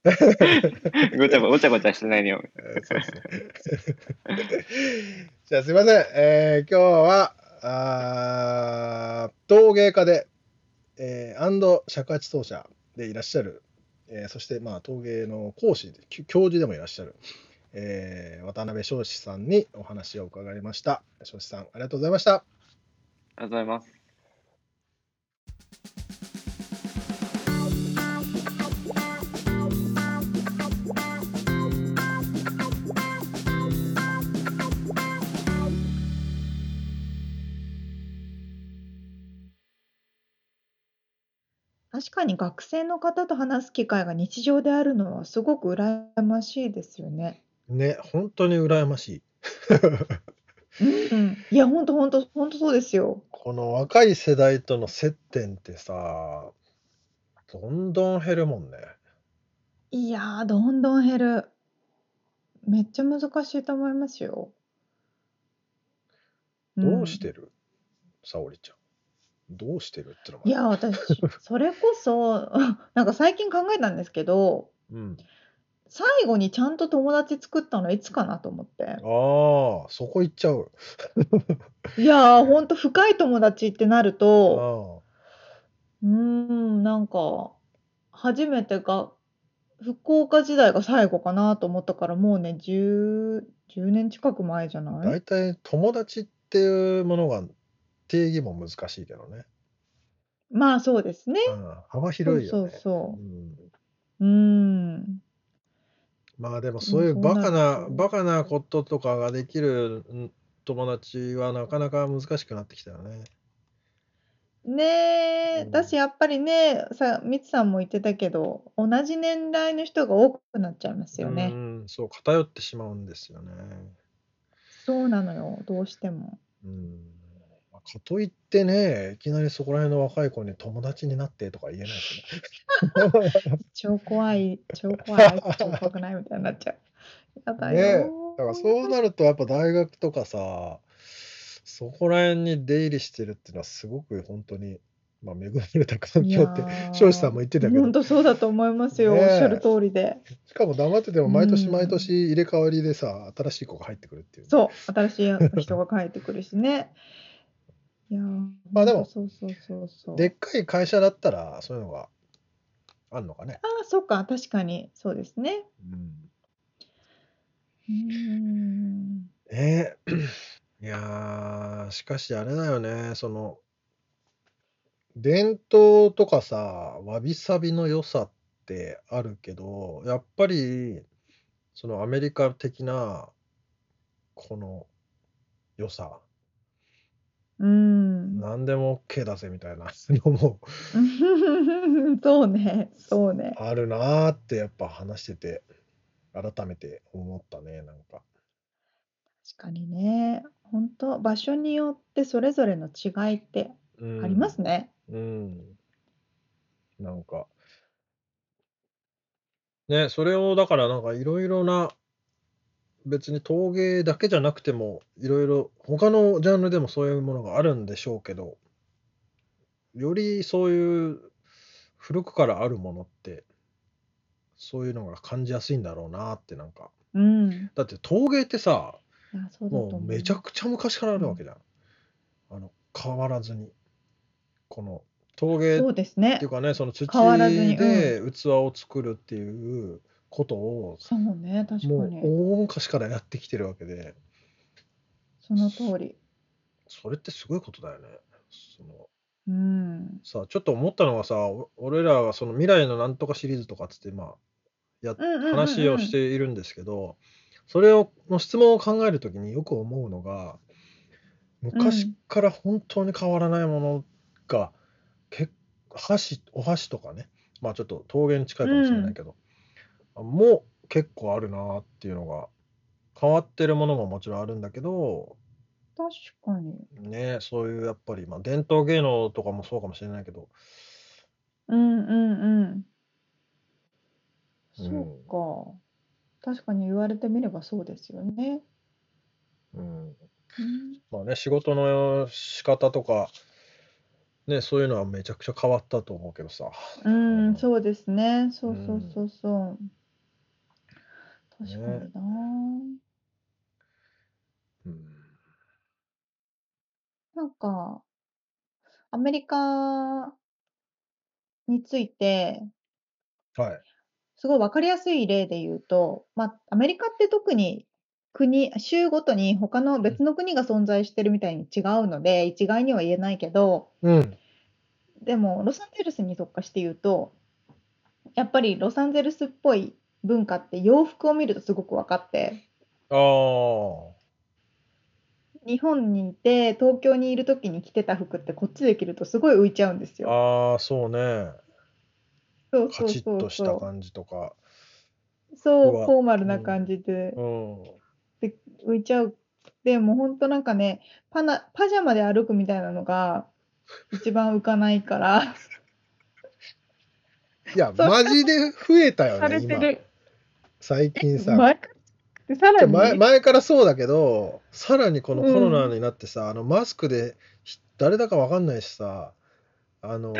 C: ごちゃごごちゃごちゃしてない日本語。
B: えーそうですね。じゃあすいません。えー今日はあー陶芸家で、えー、アンド尺八奏者でいらっしゃる、えーそしてまあ陶芸の講師でき教授でもいらっしゃる、えー渡辺彰子さんにお話を伺いました。彰子さんありがとうございました。
C: ありがとうございます。
A: 確かに学生の方と話す機会が日常であるのはすごく羨ましいですよね。
B: ね、本当に羨ましい。
A: うん、いや、本当本当本当そうですよ。
B: この若い世代との接点ってさ、どんどん減るもんね。
A: いやー、どんどん減る。めっちゃ難しいと思いますよ。ん
B: どうしてる、沙織ちゃん。どうしてるってのが。
A: いや、私、それこそ、 なんか最近考えたんですけど、
B: うん。
A: 最後にちゃんと友達作ったのいつかなと思って。
B: ああ、そこ行っちゃう。
A: いやー、ほんと深い友達ってなる
B: あ
A: と、
B: あ
A: うーん、なんか、初めてが、福岡時代が最後かなと思ったから、もうね、10、10年近く前じゃない
B: 大体友達っていうものが定義も難しいけどね。
A: まあそうですね。
B: うん、幅広いよね。、
A: そうそううんそう。うーん。
B: まあでもそういう
A: うん
B: バカ
A: そうなん
B: な、
A: ですよ
B: バカなこととかができるうん友達はなかなか難しくなってきたよね。
A: ねえ、
B: うん
A: だしやっぱりね、さ、みつさんも言ってたけど、同じ年代の人が多くなっちゃいますよ
B: う
A: ね。
B: ん、そう、偏ってしまうんですよね。
A: そうなのよ、どうしても。
B: うん。まあかといってね、いきなりそこら辺の若い子に友達になってとか言えないしね。
A: 超怖 い、超怖い、あいつ超怖くないみたいになっちゃう。やだ
B: ね
A: よー。
B: だからそうなるとやっぱ大学とかさそこら辺に出入りしてるっていうのはすごく本当に、まあ、恵まれた環境って庄司さんも言ってたけど
A: 本当そうだと思いますよ、
B: ねえ
A: おっしゃる通りで。
B: しかも黙ってても毎年
A: うん
B: 毎年入れ替わりでさ新しい子が入ってくるっていうね、
A: そう、新しい人が帰ってくるしね。いやー
B: まあでも
A: ほんとそうそうそうそう。
B: でっかい会社だったらそういうのがあるのかね、
A: ああ、そっか、確かに、そうですね。
B: うん、
A: うーん。
B: え ーいやーしかしあれだよねその伝統とかさわびさびの良さってあるけどやっぱりそのアメリカ的なこの良さ
A: うん。
B: 何でも OK だぜみたいなのも
A: うん そうね、そうね。
B: あるなーってやっぱ話してて改めて思ったねなんか
A: 確かにね。本当場所によってそれぞれの違いってありますね。
B: うん。なんか、ね、それをだからなんかいろいろな、別に陶芸だけじゃなくても、いろいろ他のジャンルでもそういうものがあるんでしょうけど、よりそういう古くからあるものって、そういうのが感じやすいんだろうなってなんか。
A: うん。
B: だって陶芸ってさ、
A: いや、そうだと
B: も
A: 思う。
B: うめちゃくちゃ昔からあるわけじゃん。あの、変わらずに。この陶芸
A: そうです
B: っ
A: ね
B: ていう。かねその土
A: 変わらずに
B: で器を作るっていうことを、
A: そうね、確か
B: もう
A: に。
B: 大昔からやってきてるわけで
A: その通り。
B: それってすごいことだよね。その
A: うん。
B: さちょっと思ったのがさお俺らはその未来のなんとかシリーズとかっつってまあやっ
A: うんうんうんうん
B: 話をしているんですけど、それをの質問を考えるときによく思うのが
A: う
B: 昔
A: ん
B: から本当に変わらないものが、け箸お箸とかねまあちょっと陶芸に近いかもしれないけど、もう結構あるなっていうのが変わってるものももちろんあるんだけど
A: 確かに。
B: ねそういうやっぱり、まあ、伝統芸能とかもそうかもしれないけど
A: うんうんうん。
B: うん
A: そうか。確かに言われてみればそうですよね。
B: うん
A: うん
B: まあね、仕事の仕方とか、ね、そういうのはめちゃくちゃ変わったと思うけどさ。
A: うん、そうですね。そうそうそうそう。
B: ん
A: 確かにな。
B: うん。
A: なんか、アメリカについて、
B: はい。
A: すごい分かりやすい例で言うと、まあ、アメリカって特に国、州ごとに他の別の国が存在してるみたいに違うので、一概には言えないけど、
B: うん。
A: でも、ロサンゼルスに特化して言うと、やっぱりロサンゼルスっぽい文化って洋服を見るとすごく分かって、
B: ああ。
A: 日本にいて東京にいる時に着てた服ってこっちで着るとすごい浮いちゃうんですよ。
B: ああ、そうね。
A: そう
B: カ
A: そう
B: チ
A: そ
B: ッ
A: う
B: とし
A: そ
B: た
A: う。
B: 感じとか。
A: そう
B: うわ
A: フォーマルな感じで
B: うん。
A: で浮いちゃう。でもうほんとなんかねパナパジャマで歩くみたいなのが一番浮かないから
B: いや、
A: そう
B: マジで増えたよ
A: さ
B: ね、
A: れて
B: 今。
A: る。
B: 最近さ。
A: 前からでさらに
B: 前前からそうだけどさらにこの
A: うん
B: コロナになってさ、あのマスクでひ誰だかわかんないしさあの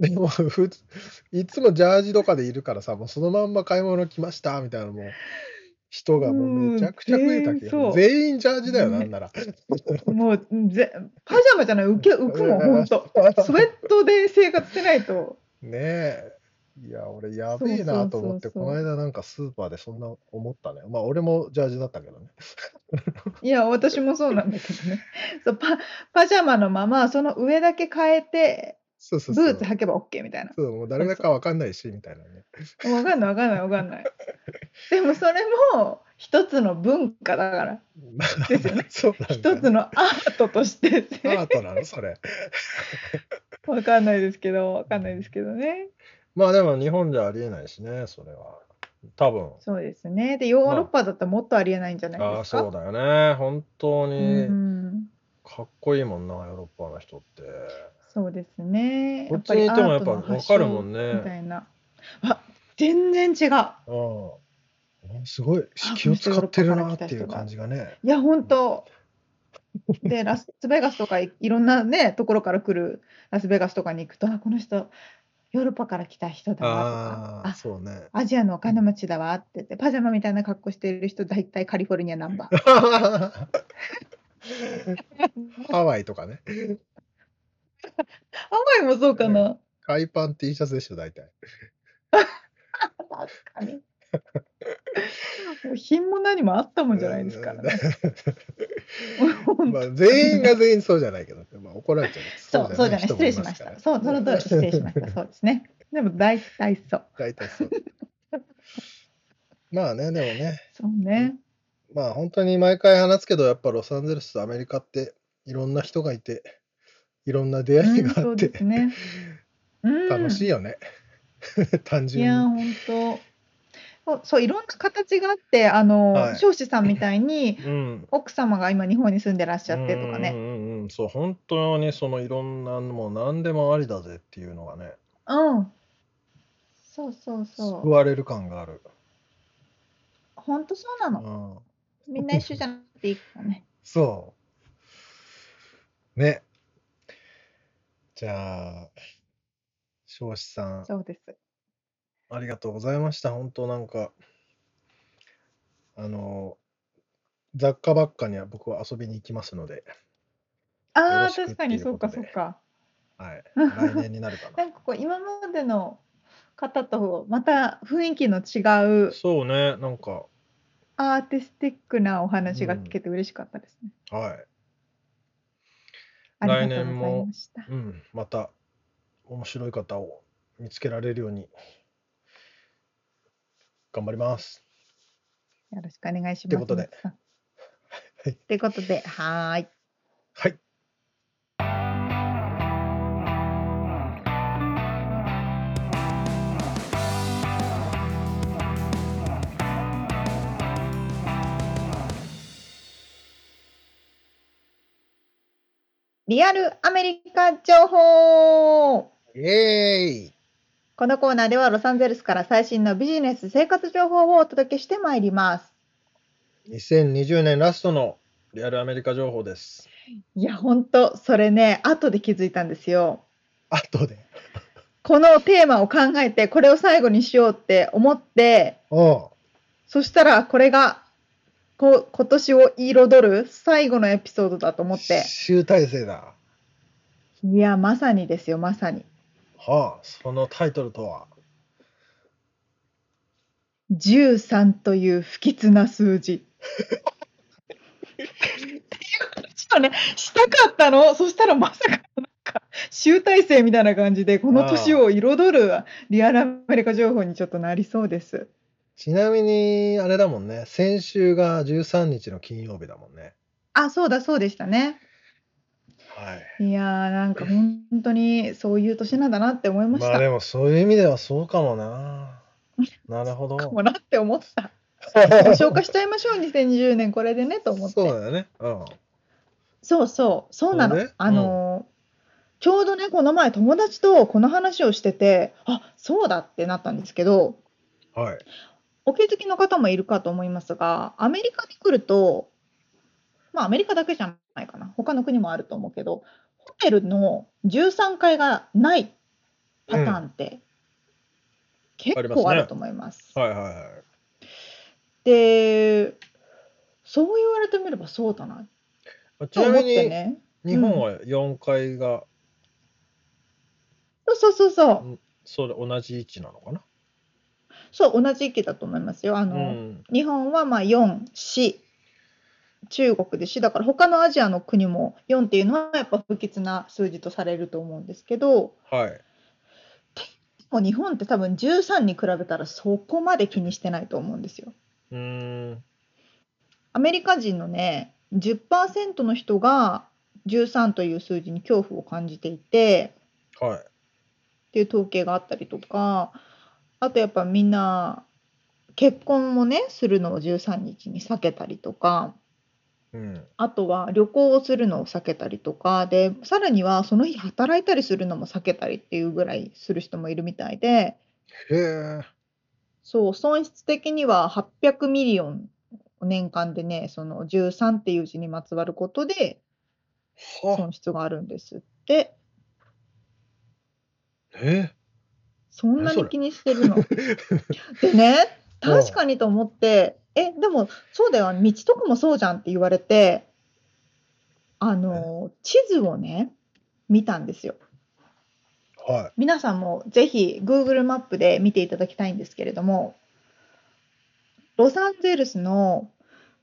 B: でもふついつもジャージとかでいるからさもうそのまんま買い物来ましたみたいなもう人がもうめちゃくちゃ増えたけ
A: うん全員
B: ど、
A: そう
B: 全員ジャージだよな
A: ね
B: ん なら、
A: もうぜパジャマじゃない浮け浮くもんほんとスウェットで生活してないと
B: ねえいや俺やべえなと思
A: そうそうそ
B: って
A: うそう
B: この間なんかスーパーでそんな思ったねまあ俺もジャージだったけどね
A: いや私もそうなんだけどね そうパパジャマのままその上だけ変えて
B: そうそ
A: ブ
B: うそう
A: ーツ履けば OK みたいな
B: そうもう誰だかわかんないしみたいなね
A: 分かんない分かんない分かんないでもそれも一つの文化だから
B: まあ
A: ですよね
B: そうなんだ
A: 一つのアートとして
B: アートなのそれ。
A: 分かんないですけど分かんないですけどね
B: まあでも日本じゃありえないしね、それは。多分。
A: そうですねでヨーロッパだったらもっとありえないんじゃない
B: ああ、
A: ですか
B: そうだよね。本当
A: う
B: に
A: ん
B: かっこいいもんな、ヨーロッパの人って。
A: そうですね。
B: こっちにいてもやっぱ
A: アートの
B: 分
A: 発
B: か
A: 祥
B: るもん
A: みた
B: ね。
A: いな。あ、全然違う。
B: うん。すごい
A: あ
B: 気を使ってる
A: こ
B: な
A: の
B: っ
A: 人
B: てい
A: ヨーロッパ
B: う
A: から
B: 感
A: 来
B: じがね。
A: いや、本当。で、ラスベガスとかいいろんなね、ところから来るラスベガスとかに行くと、あ、この人、ヨーロッパから来た人だわと
B: ああ、
A: か、
B: そうね。
A: あ、アジアのお金持ちだわって言って、パジャマみたいな格好してる人、大体カリフォルニアナンバ ー。
B: ハワイとかね。
A: ハワイもそうかな。
B: 海パン T シャツでしょ、大体。
A: 確か に。もう品も何もあったもんじゃないですからね。本当
B: まあ全員が全員そうじゃないけど、まあ、怒られちゃう。
A: そう、そうじゃない、失
B: 人も
A: 礼
B: い
A: しまし
B: すから
A: た。そう、その通り、失礼しました。 そうですね。でも、大体そう。
B: 大体そう。 まあね、でもね、
A: そうね。
B: まあ本当に毎回話すけど、やっぱロサンゼルスとアメリカっていろんな人がいて、いろんな出
A: う
B: 会い
A: ん、
B: が
A: そ
B: あっ
A: う
B: て、
A: ですね。うん、
B: 楽しい
A: い。
B: よね。 単
A: いや、
B: 純に。
A: 本当。そう、そういろんな形があって、あの、
B: はい
A: 彰子さんみたいに。
B: うん。
A: 奥様が今日本に住んでらっしゃってとか
B: うん
A: ね。
B: うんうんうん、そう、本当にそのいろんなのも何でもありだぜっていうのがね、
A: うん。そうそう
B: 救
A: そう。
B: われる感がある。
A: 本当そうな
B: う
A: の。
B: ん、
A: みんな一緒じゃなくていいからね。
B: そう。ね。じゃあ、彰子さん、
A: そうです。
B: ありがとうございました。本当なんか、あの、雑貨ばっかには僕は遊びに行きますので、よ
A: あ
B: ろ
A: あ、
B: しく
A: 確かに、
B: ってい
A: そうう
B: こと
A: か、
B: で
A: そうか。
B: はい。来年になるか
A: な
B: な。
A: んかこう今までの方とまた雰囲気の違う
B: そうね、なんか、
A: アーティスティックなお話が聞けて嬉しかったですね。
B: は
A: ありがとうございました
B: い。。うん、また、面白い方を見つけられるように、頑張ります。
A: よろしくお願いします。
B: ってことで
A: 皆さん。
B: はい
A: ってことで、はーい。
B: はい。
A: リアルアメリカ情報
B: イエーイ
A: このコーナーではロサンゼルスから最新のビジネス生活情報をお届けしてまいります。
B: !2020 年ラストのリアルアメリカ情報です。
A: いや、ほんと、それね、後で気づいたんですよ。
B: あとで。
A: このテーマを考えて、これを最後にしようって思って、
B: おう
A: そしたらこれがこ今年を彩る最後のエピソードだと思って
B: 集大成だ。
A: いやまさにですよまさに
B: はあ、そのタイトルとは。
A: 13という不吉な数字。 ちょっとねしたかったのそしたらまさかなんか集大成みたいな感じでこの年を彩るリアルアメリカ情報にちょっとなりそうです。
B: ちなみに、あれだもんね。先週が13日の金曜日だもんね。
A: あそうだそうでしたね。
B: はい。
A: いやーなんか本当にそういう年なんだなって思いまし
B: ま
A: た。
B: あでもそういう意味ではそうかも な。なるほど。
A: かもなって思った。もう消化しちゃいましょう2020年これでねと思って。
B: そうだよね。うん。
A: そうそう、そうなの。
B: そうね
A: あのー、ちょうどね、この前友達とこの話をしてて、あ、そうだってなったんですけど、
B: はい。
A: お気づきの方もいるかと思いますが、アメリカに来ると、まあアメリカだけじゃないかな。他の国もあると思うけど、ホテルの13階がないパターンって
B: あ
A: 結
B: りますね
A: 構あると思います。
B: はいはいはい。
A: で、そう言われてみればそうだな
B: まあち
A: と
B: な
A: 思っ
B: み
A: て
B: に
A: ね。
B: 日本は4階が
A: そうそうそうそう。
B: それ同じ位置なのかな。
A: そう、同じ域だと思いますよ。あ
B: う
A: の、
B: ん。
A: 日本はまあ4、4、中国で4だから、他のアジアの国も4っていうのはやっぱ不吉な数字とされると思うんですけど、
B: はい。
A: もう日本って多分13に比べたらそこまで気にしてないと思うんですよ。
B: うーん。
A: アメリカ人のね、10%の人が13という数字に恐怖を感じていて、
B: は
A: っ
B: い。
A: ていう統計があったりとかあとやっぱみんな結婚もねするのを13日に避けたりとか
B: うん。
A: あとは旅行をするのを避けたりとかでさらにはその日働いたりするのも避けたりっていうぐらいする人もいるみたいで
B: へえ。
A: そう損失的には800ミリオン年間でねその13っていう字にまつわることで
B: は
A: 損失があるんですって
B: え
A: そんな
B: 何そ
A: に
B: れ
A: 気にしてるのでね確かにと思ってえでもそうだよ道とかもそうじゃんって言われてあの地図をね見たんですよ
B: は
A: 皆さんもぜひ Google マップで見ていただきたいんですけれどもロサンゼルスの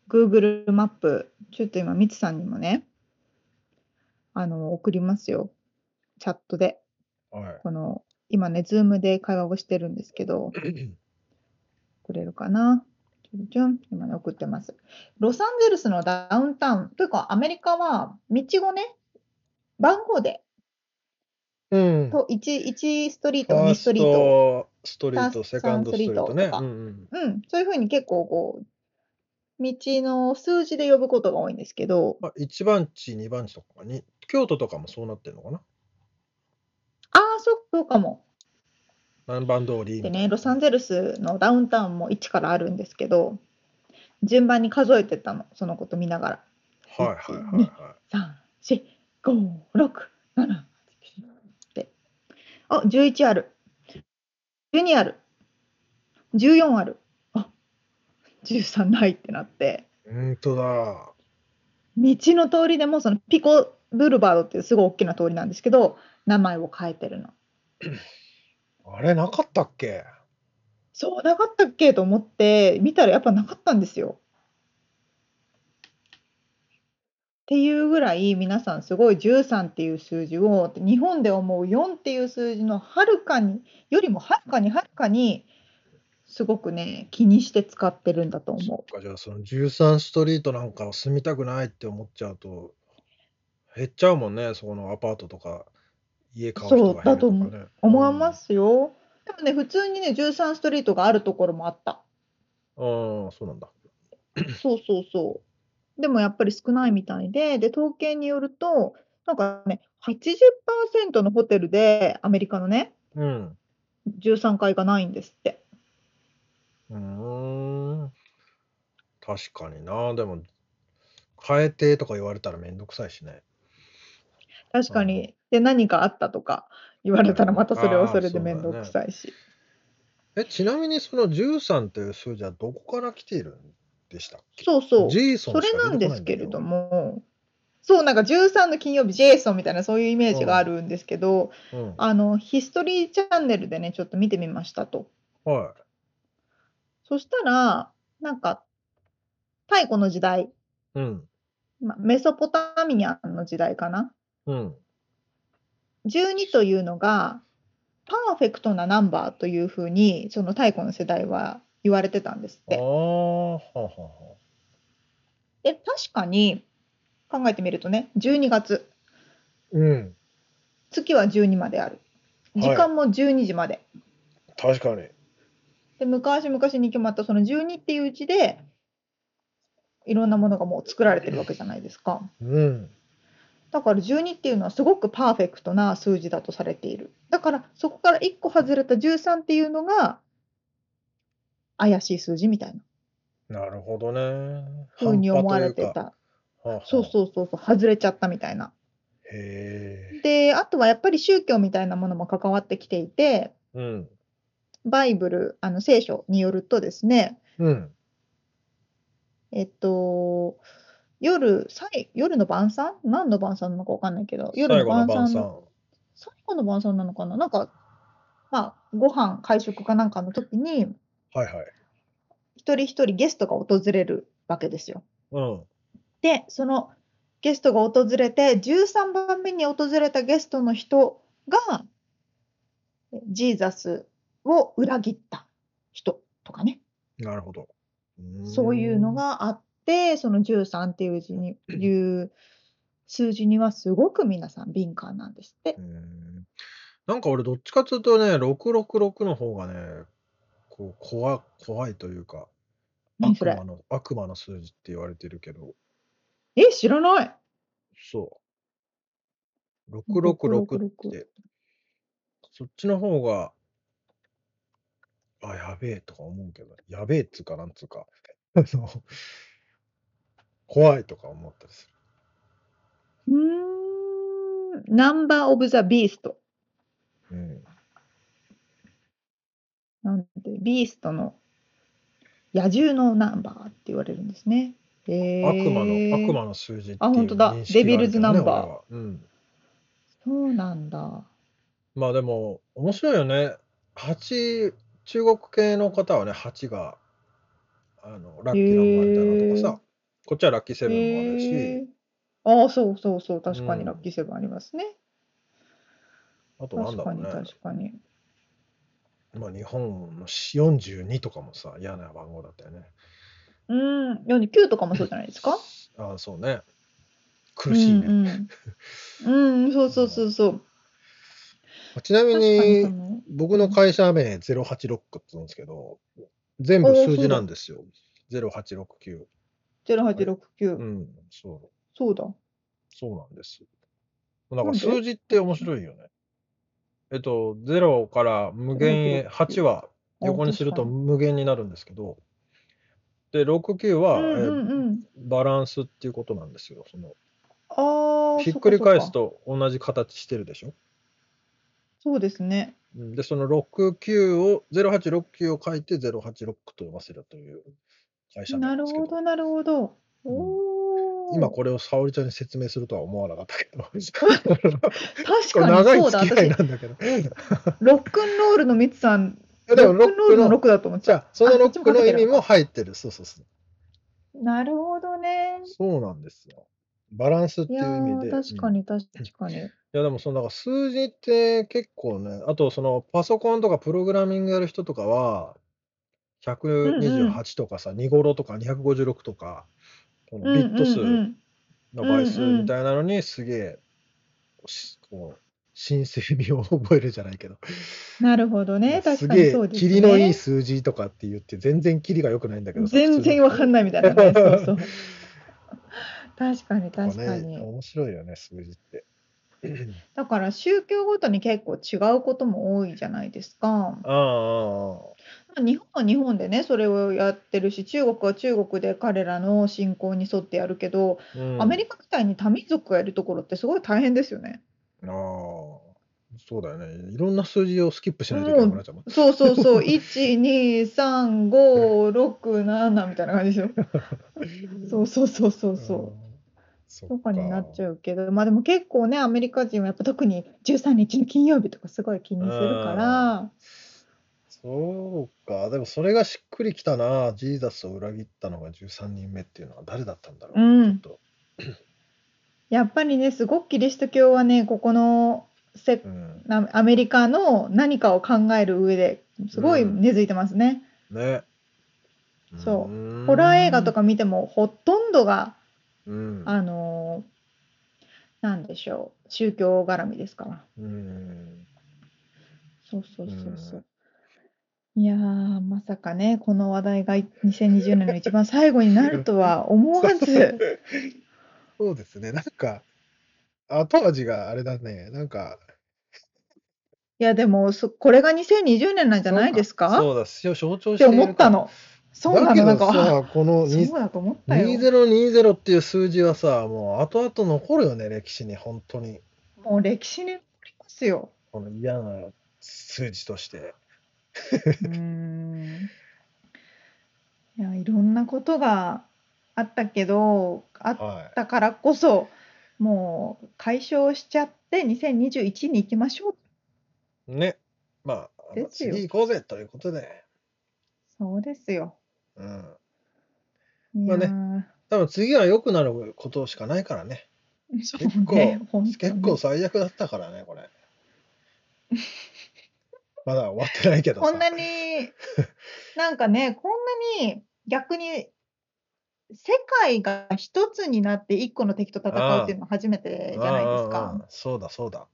A: Google マップちょっと今みつさんにもねあの送りますよチャットで
B: い。は
A: この今ねズームで会話をしてるんですけど
B: い。
A: くれるかな。ちょんちょん今ね送ってます。ロサンゼルスのダウンタウンというかアメリカは道をね番号で
B: うん。
A: と 1, 1ストリー
B: フ
A: ト
B: ァ
A: 2
B: ー
A: ス
B: ス
A: トリート、
B: トストリート、セカンドストリートね
A: サ。ンスト
B: う
A: リ
B: んうん
A: うん、そういうふうに結構こう道の数字で呼ぶことが多いんですけど
B: まあ、1番地、2番地とかに、京都とかもそうなってるのかな
A: ああそうそうかも。
B: 何番通りみた
A: で
B: いな
A: ねロサンゼルスのダウンタウンも1からあるんですけど順番に数えてったのそのこと見ながら。
B: はいはいはいは
A: 三四五六七ってあ十一ある十二ある十四あるあ十三ないってなって
B: い。ほんとだ。
A: 道の通りでもそのピコブルバードっていうすごい大きな通りなんですけど名前を変えてるの
B: あれ、なかったっけ
A: そうなかったっけと思って見たらやっぱなかったんですよっていうぐらい皆さんすごい13っていう数字を日本で思う4っていう数字のはるかによりもはるかにはるかにすごくね気にして使ってるんだと思う。
B: そっかじゃあ、その13ストリートなんかは住みたくないって思っちゃうと、減っちゃうもんね、そこのアパートとか、家買う人が減る
A: そ
B: とか
A: うだと
B: ね。
A: 思いま。すよ。でもね普通にね13ストリートがあるところもあった。
B: うん、ああそうなんだ。
A: そうそうそう。でもやっぱり少ないみたいで、で、統計によると、なんかね、80%のホテルでアメリカのね、
B: うん。
A: 13階がないんですって。
B: うーん。確かにな。でも、変えてとか言われたらめんどくさいしね。
A: 確か
B: う
A: に。で、何かあったとか言われたら、またそれはそれで
B: あー
A: 面倒くさいし。
B: え、ちなみにその13という数字はどこから来ているんでしたっけ
A: そうそう。
B: ジェイソン
A: そ
B: し
A: れ
B: か
A: なん
B: 出て
A: で
B: こい
A: す
B: んだ
A: けれども、そう、なんか13の金曜日、ジェイソンみたいな、そういうイメージがあるんですけど、
B: うん、
A: あの、ヒストリーチャンネルでね、ちょっと見てみましたと。
B: は
A: そしたら、なんか、太古の時代、
B: い。うん。
A: まあメソポタミアの時代かな
B: うん。
A: 12というのがパーフェクトなナンバーというふうにその太古の世代は言われてたんですっ
B: ああ、
A: て。
B: はあは
A: で確かに考えてみるとね12月
B: うん。
A: 月は12まである時間も12時まで、
B: 確かに。
A: で昔々に決まったその12っていううちでいろんなものがもう作られてるわけじゃないですか
B: うん。
A: だから12っていうのはすごくパーフェクトな数字だとされているだからそこから1個外れた13っていうのが怪しい数字みたいな
B: なるほどね。
A: 風に思われて
B: 半端
A: た
B: といか。はあはあ
A: そうそうそうそう外れちゃったみたいな
B: へえ。
A: であとはやっぱり宗教みたいなものも関わってきていて
B: うん。
A: バイブルあの聖書によるとですね
B: うん。
A: えっと夜最夜の晩餐何の晩餐なのかわかんないけど夜
B: 最
A: の
B: 後の
A: 晩
B: 晩
A: 餐の
B: 餐。
A: 最後の晩餐なのかななんかまあご飯会食かなんかの時に
B: はいはい。
A: 一人一人ゲストが訪れるわけですよ。
B: うん。
A: でそのゲストが訪れて13番目に訪れたゲストの人がえジーザスを裏切った人とかね
B: なるほど。ーん
A: そういうの。があってその13っていう字にいう数字にはすごく皆さん敏感なんですって
B: う。ーんなんか俺どっちかというとね、666の方がね、こう怖怖いというか、
A: 何そ
B: 悪
A: れ
B: 魔の悪魔の数字って言われてるけど、
A: え知らない
B: そう。666って、そっちの方が、あ、やべえとか思うけど、やべえっつうかなんつうか、 あの怖いとか思ったりする。
A: うーんナンバー・オブ・ザ・ビースト。
B: うん、
A: なんてビーストの野獣のナンバーって言われるんですね。へー
B: 悪魔の、悪魔の数字っていう
A: あ本当だ
B: 認識がある
A: デビルズナンバー
B: けどね俺はうん。
A: そうなんだ。
B: まあでも面白いよね。蜂中国系の方はね、蜂があのラッキーナンバーみたいなのとかさ、こっちはラッキーセブンもある
A: へー
B: し、
A: ああ、そうそうそう、確か
B: う
A: に
B: ん
A: ラッキーセブンありますね。
B: あとなん
A: 確
B: だろ
A: か
B: う
A: に
B: ね、
A: 確かに。
B: まあ、日本の42とかもさ、嫌な番号だったよね。
A: うん、49とかもそうじゃないです か。
B: ああ、そうね。苦しいね。
A: うん、うん、うん、そうそうそうそう。
B: ちなみ
A: 確かにそ
B: に、
A: の。
B: 僕の会社名086って言うんですけど、全部数字なんですよ。0869。
A: 0869、
B: うん、そう、
A: そうだ。
B: そうなんです。なん
A: なん
B: か
A: で
B: 数字って面白いよね。えっと、0から無限へ、
A: 0 6
B: 8は横にすると
A: 確か
B: 無限になるんですけど、で、69は、
A: うんう
B: え
A: んうん。
B: バランスっていうことなんですよ。その
A: ああ、
B: ひっくり返す
A: と。
B: と同じ形してるでしょ。
A: そうですね。
B: うんで、その69を、0869を書いて086と呼ばせるという会社
A: な
B: な
A: ん
B: で
A: る
B: すけど、
A: ほど、なるほど。
B: うん
A: おお。
B: 今これを沙織ちゃんに説明するとは思わなかったけど、
A: 確
B: これ
A: かに
B: 長い
A: そうだ、
B: 付き合い
A: 私、
B: なんだけど。
A: ロックンロールのミツさん、
B: い
A: ロ
B: やでも
A: ッ
B: ロ
A: ク
B: ッ
A: ンロール
B: ク
A: の
B: の、
A: 6だと思っち
B: じ
A: ゃ
B: ゃあ、そのロックの意味
A: あ
B: も入ってる。そうそうそう。
A: う。なるほどね。
B: そうなんですよ。バランスって
A: い
B: いう
A: や
B: 意味
A: ー、
B: で。
A: 確か
B: うんい
A: に、確かに。
B: や、でもその、だから数字って結構ね、あとそのパソコンとかプログラミングやる人とかは、128とかさ、2頃とか256とか、このビット数
A: うんうんうん
B: の倍数みたいなのにすげえ、しこう、新鮮味を覚えるじゃないけど、
A: なるほどね。
B: す
A: 確か
B: げ
A: に
B: え
A: そう、です
B: キ
A: ね。
B: リのいい数字とかって言って、全然キリが良くないんだけどさ
A: 全然わかんないみたいなね。そう そう。確かに、
B: とか
A: 確か
B: ね、
A: に。
B: 面白いよね、数字 って。
A: だから、宗教ごとに結構違うことも多いじゃないですか。
B: あああ
A: 日本は日本でね、それをやってるし、中国は中国で彼らの信仰に沿ってやるけど、
B: あ、うん
A: アメリカみたいに多民族がいるところってすごい大変ですよね。
B: ああ、そうだよね。いろんな数字をスキップしないといけなくなっちゃうもん。
A: そうそうそう、1、2、3、5、6、7みたいな感じですよ。そうそうそうそうそう。
B: あーそっ
A: とかになっち
B: う
A: ゃうけど、まあでも結構ね、アメリカ人はやっぱ特に13日の金曜日とかすごい気にするから、
B: そうか。でもそれがしっくりきたな。ジーザスを裏切ったのが13人目っていうのは誰だったんだろう。
A: うん
B: ちょっと
A: やっぱりね、すごくキリスト教はね、ここのせ
B: うん、
A: なアメリカの何かを考える上ですごい根付いてますね。
B: ね。
A: そう
B: う
A: ホラー映画と
B: か、
A: か見てもほとんどが
B: うん、
A: あのなんでしょう、宗教絡みですから。
B: うん。
A: そうそうそうそう。いやー、まさかね、この話題が2020年の一番最後になるとは思わず、
B: そうですね。なんか、後味があれだね。なんか、
A: いや、でも、そこれが2020年なんじゃないですか
B: そうだ、し象徴
A: っ
B: して
A: て
B: いる
A: 思ったの。そうな
B: だけ
A: の、な
B: ど
A: んか、
B: さ、この
A: そう
B: に
A: だと思ったよ。
B: 2020っていう数字はさ、もう後々残るよね、歴史に、本当に。
A: もう歴史に残りますよ。
B: この嫌な数字として。
A: うーん。いや、いろんなことがあったけど、あっ
B: は
A: たからこそ、もう解消しちゃって2021に行きましょう。
B: い。ね。まあ、
A: ですよ
B: 次行こうぜということで。
A: そうですよ。
B: うん。
A: いや
B: まあね
A: ー
B: 多分次は良くなることしかないからね。
A: そう
B: 結 構、
A: ね、本当に
B: 結構最悪だったからね、これ。まだ終わってないけど さ。
A: こんなに、なんかね、こんなに逆に世界が一つになって一個の敵と戦うっていうのは初めてじゃないです
B: うんうんうん
A: か。
B: そうだそうだ。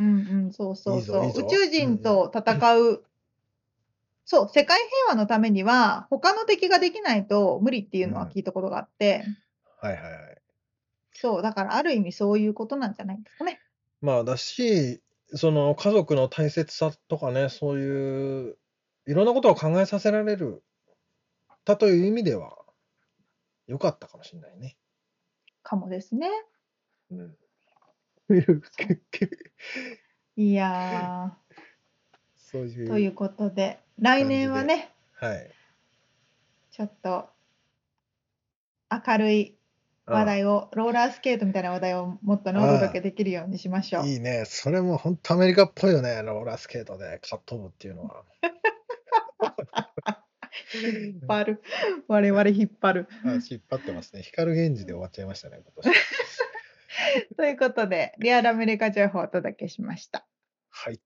A: うんうん、そうそうそう。
B: いいぞいいぞ
A: 宇宙人と戦う、そう、世界平和のためには他の敵ができないと無理っていうのは聞いたことがあって、
B: はいはいはい。
A: そう、だからある意味そういうことなんじゃないですかね。
B: まあだし、その家族の大切さとかね、そういういろんなことを考えさせられるたという意味では良かったかもしれないね。
A: かもですね。
B: うん。
A: いや
B: そうい
A: ー、
B: う。
A: ということで、来年はね、
B: はい。
A: ちょっと明るい話題を、ローラースケートみたいな話題をもっとね、
B: あ
A: お
B: あ
A: 届けできるようにしましょ
B: あ
A: う。
B: あいいね。それも本当アメリカっぽいよね。ローラースケートでか飛ぶっていうの は。
A: 引っ張る。我々引っ張る。
B: あ引っ張ってますね。光源氏で終わっちゃいましたね、今年。
A: ということで、リアルアメリカ情報をお届けしました。
B: はい。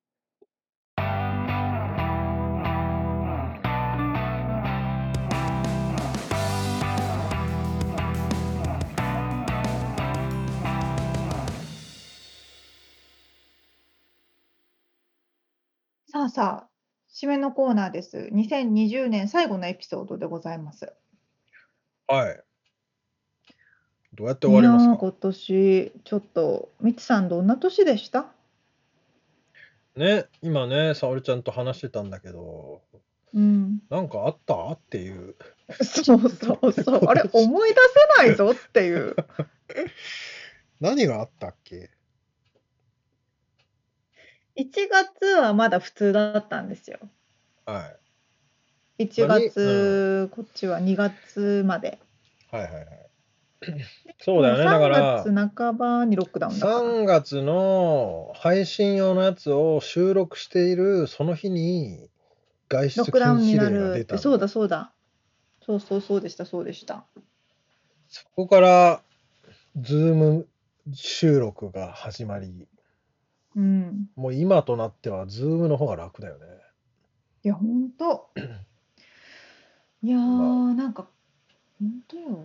A: さあさあ、締めのコーナーです。2020年最後のエピソードでございます。
B: はい。どうやって終わります
A: いやー
B: か
A: 今年、ちょっと、みつさんどんな年でした
B: ね、今ね、沙織ちゃんと話してたんだけど、
A: うん。
B: なんかあったっていう。
A: そうそうそう。あれ、思い出せないぞって いう。
B: 何があったっけ
A: 1月はまだ普通だったんですよ。
B: は
A: 1月、こっちは2月まで。
B: い。はいは いはい。そうだよね。だから、
A: 3月半ばにロックダウンだから。
B: 3月の配信用のやつを収録しているその日に、外
A: ロ
B: 出
A: ッ
B: 禁
A: クダウンに
B: 止
A: な
B: 令が
A: る
B: 出
A: ったて。
B: の
A: そうだそうだ。そうそうそうでしたそうでした。
B: そこから、ズーム収録が始まり、
A: うん。
B: もう今となっては、ズームの方が楽だよね。
A: いや、ほんと。いやー、
B: ま
A: なんか、ほんとよ。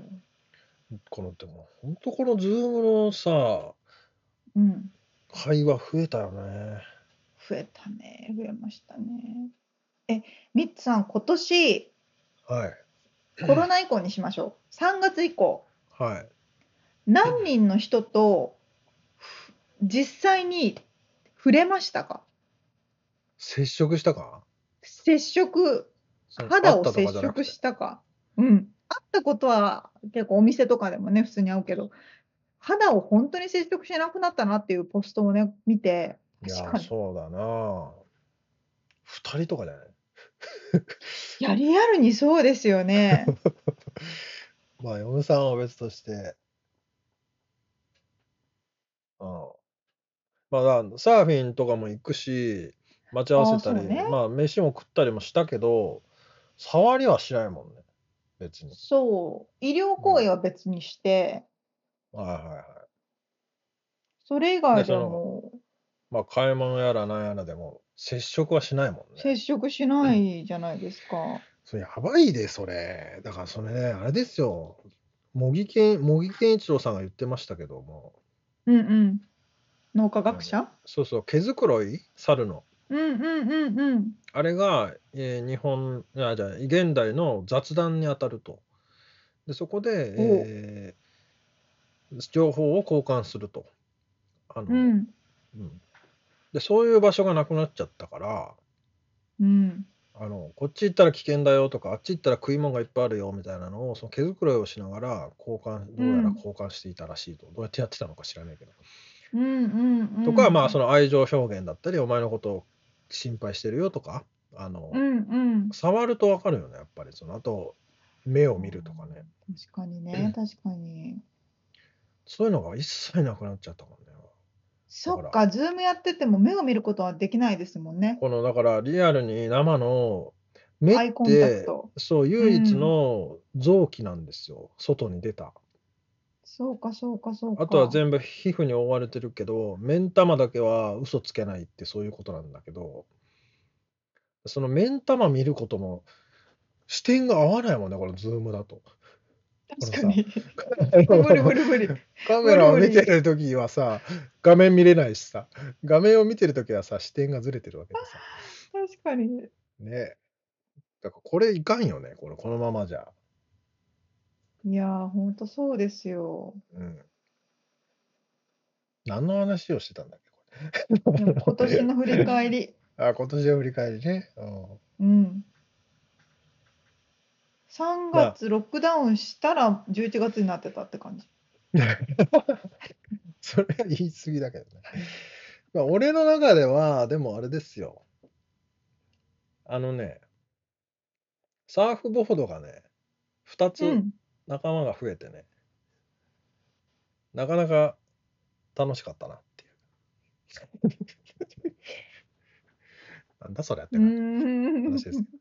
B: この、でも、本当このズームのさ、
A: うん。
B: 会話増えたよね。
A: 増えたね。増えましたね。え、ミッツさん、今年、
B: はい。
A: コロナ以降にしましょう。3月以降。
B: はい。
A: 何人の人とふ実際に触れましたか
B: 接触したか
A: 接触
B: その
A: 肌
B: 会った
A: を
B: と
A: 接
B: かじゃなく
A: 触
B: て
A: したかうん会ったことは結構お店とかでもね普通に会うけど肌を本当に接触しなくなったなっていうポストをね見て
B: い
A: 確
B: や
A: かに
B: そうだな二人とかじゃない
A: いやリアルにそうですよ ね
B: まあ嫁さんは別としてうんまあだからサーフィンとかも行くし待ち合わせた
A: あー
B: り、
A: そうね
B: まあ飯も食ったりもしたけど触りはしないもんね別に
A: そう医療行為は別にして
B: はいはいはい
A: それ以外
B: ねそ
A: で
B: の
A: も
B: まあ買い物やらなんやらでも接触はしないもんね
A: 接触しないじゃないですか、
B: それやばいで、それ。だから、それね、あれですよ。茂木健、茂木健一郎さんが言ってましたけども、
A: うんうん。脳科学者
B: そうそう、毛づくろい猿の。
A: うんうんうんうん。
B: あれが、えー日本、あじゃあ現代の雑談に当たると。でそこで、えー情報を交換すると。あの
A: うん
B: うんでそういう場所がなくなっちゃったから
A: うん。
B: あのこっち行ったら危険だよとかあっち行ったら食い物がいっぱいあるよみたいなのをその毛づくろいをしながら交換どうやら交換していたらしいと、どうやってやってたのか知らないけど、
A: うんうんうん。
B: とかまあその愛情表現だったりお前のことを心配してるよとかあの、
A: うんうん。
B: 触ると分かるよねやっぱりそのあと目を見るとかね
A: 確かにね、確かに。
B: そういうのが一切なくなっちゃったもんね
A: そっか、ズームやってても目を見ることはできないですもんね。
B: このだからリアルに生の目
A: アイ
B: っ
A: コンタク
B: て
A: ト。
B: そう唯一の臓器なんですよ、外に出た
A: そうか、そうか、そうか。
B: あとは全部皮膚に覆われてるけど目ん玉だけは嘘つけないってそういうことなんだけどその目ん玉見ることも視点が合わないもんねこのズームだと
A: 確かに。 無理無
B: カ
A: 理無理。
B: メラを見てる時はさ画面見れないしさ画面を見てる時はさ視点がずれてるわけでさ
A: 確かに。
B: ねだからこれいかんよねこれこのままじゃ、
A: いやー、ほんとそうですよ。
B: うん、何の話をしてたんだっけこ
A: でも今年の振り返り。
B: れ あ今年の振り返りね、う
A: う
B: ん
A: ん。3月ロックダウンしたら11月になってたって感じ。
B: それは言い過ぎだけどね。まあ、俺の中では、でもあれですよ。あのね、サーフボードがね、2
A: う
B: つ
A: ん。
B: 仲間が増えてね、なかなか楽しかったなっていう。 なんだそれって
A: う
B: 感じ
A: ーん
B: 話ですけど。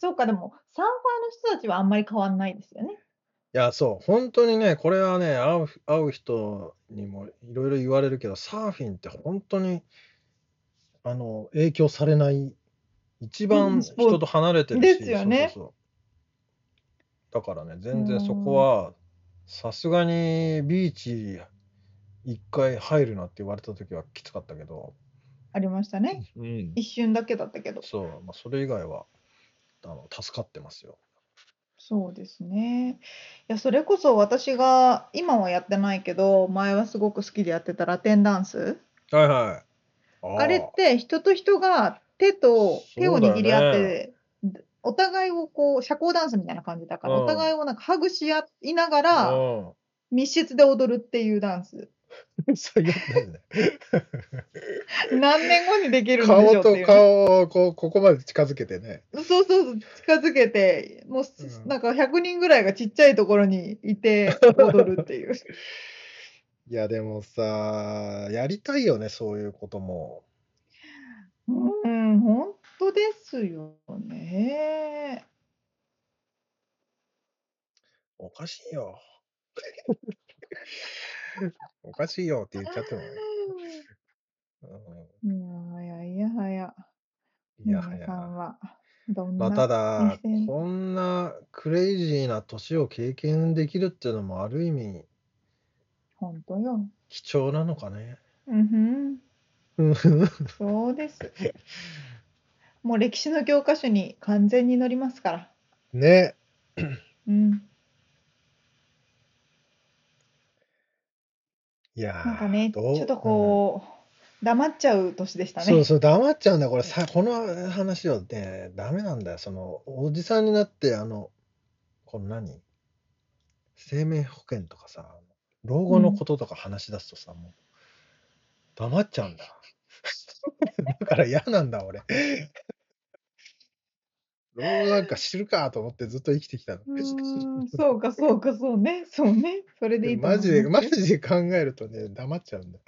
A: そうか、でも、サーファーの人たちはあんまり変わんないですよね。
B: いや、そう、本当にね、これはね、会う会う人にもいろいろ言われるけど、サーフィンって本当にあの影響されない、一
A: う
B: 番
A: んスポーツ
B: 人と離れてるし、
A: ですよね
B: そうそうそうだからね、全然そこは、さすがにビーチ一回入るなって言われた時はきつかったけど、
A: ありましたね。
B: うん、
A: 一瞬だけだったけど。
B: そう、まあ、それ以外はあの助かってますよ。
A: そうですね。いや、それこそ私が、今はやってないけど、前はすごく好きでやってたラテンダンス。
B: はいはい。あー
A: あれって人と人が手と手を握り合って、お互いをこう社交ダンスみたいな感じだから、
B: うん
A: お互いをなんかハグし合いなが
B: う
A: ら
B: ん
A: 密室で踊るっていうダンス。
B: 最悪だよね。
A: 何年後にできるんでしょ
B: 顔
A: うって
B: と
A: いうね、
B: 顔をこうここまで近づけてね。
A: そうそうそう近づけてもうす、
B: うん
A: なんか100人ぐらいがちっちゃいところにいて踊るって いう
B: いやでもさ、やりたいよね、そういうことも。
A: うん本当ですよね
B: おかしい よ。おかしいよって言っちゃってもね。
A: いやいやいやはや
B: うん、いや
A: 皆
B: は
A: さん
B: や。
A: はどん
B: ま
A: な、
B: あ、ただ、
A: 2000
B: こんなクレイジーな年を経験できるっていうのもある意味
A: 本当よ
B: 貴重なのかね。
A: うんふん
B: うん
A: そうです。もう歴史の教科書に完全に載りますから。
B: ね。
A: うん。
B: いやー
A: なんかね、ち
B: どう
A: ょっとこう、黙っちゃう年でしたね。
B: そうそう黙っちゃうんだよこれさこの話はねダメなんだよそのおじさんになってあのこの何生命保険とかさ老後のこととか話し出すとさ、もう黙っちゃうんだ だから嫌なん だ俺老後なんか知るかと思ってずっと生きてきたの
A: うーん そうか、そうか、そうね、そうね。それでいいと思い
B: マ
A: ます
B: ジでマジで考えるとね黙っちゃうんだよ、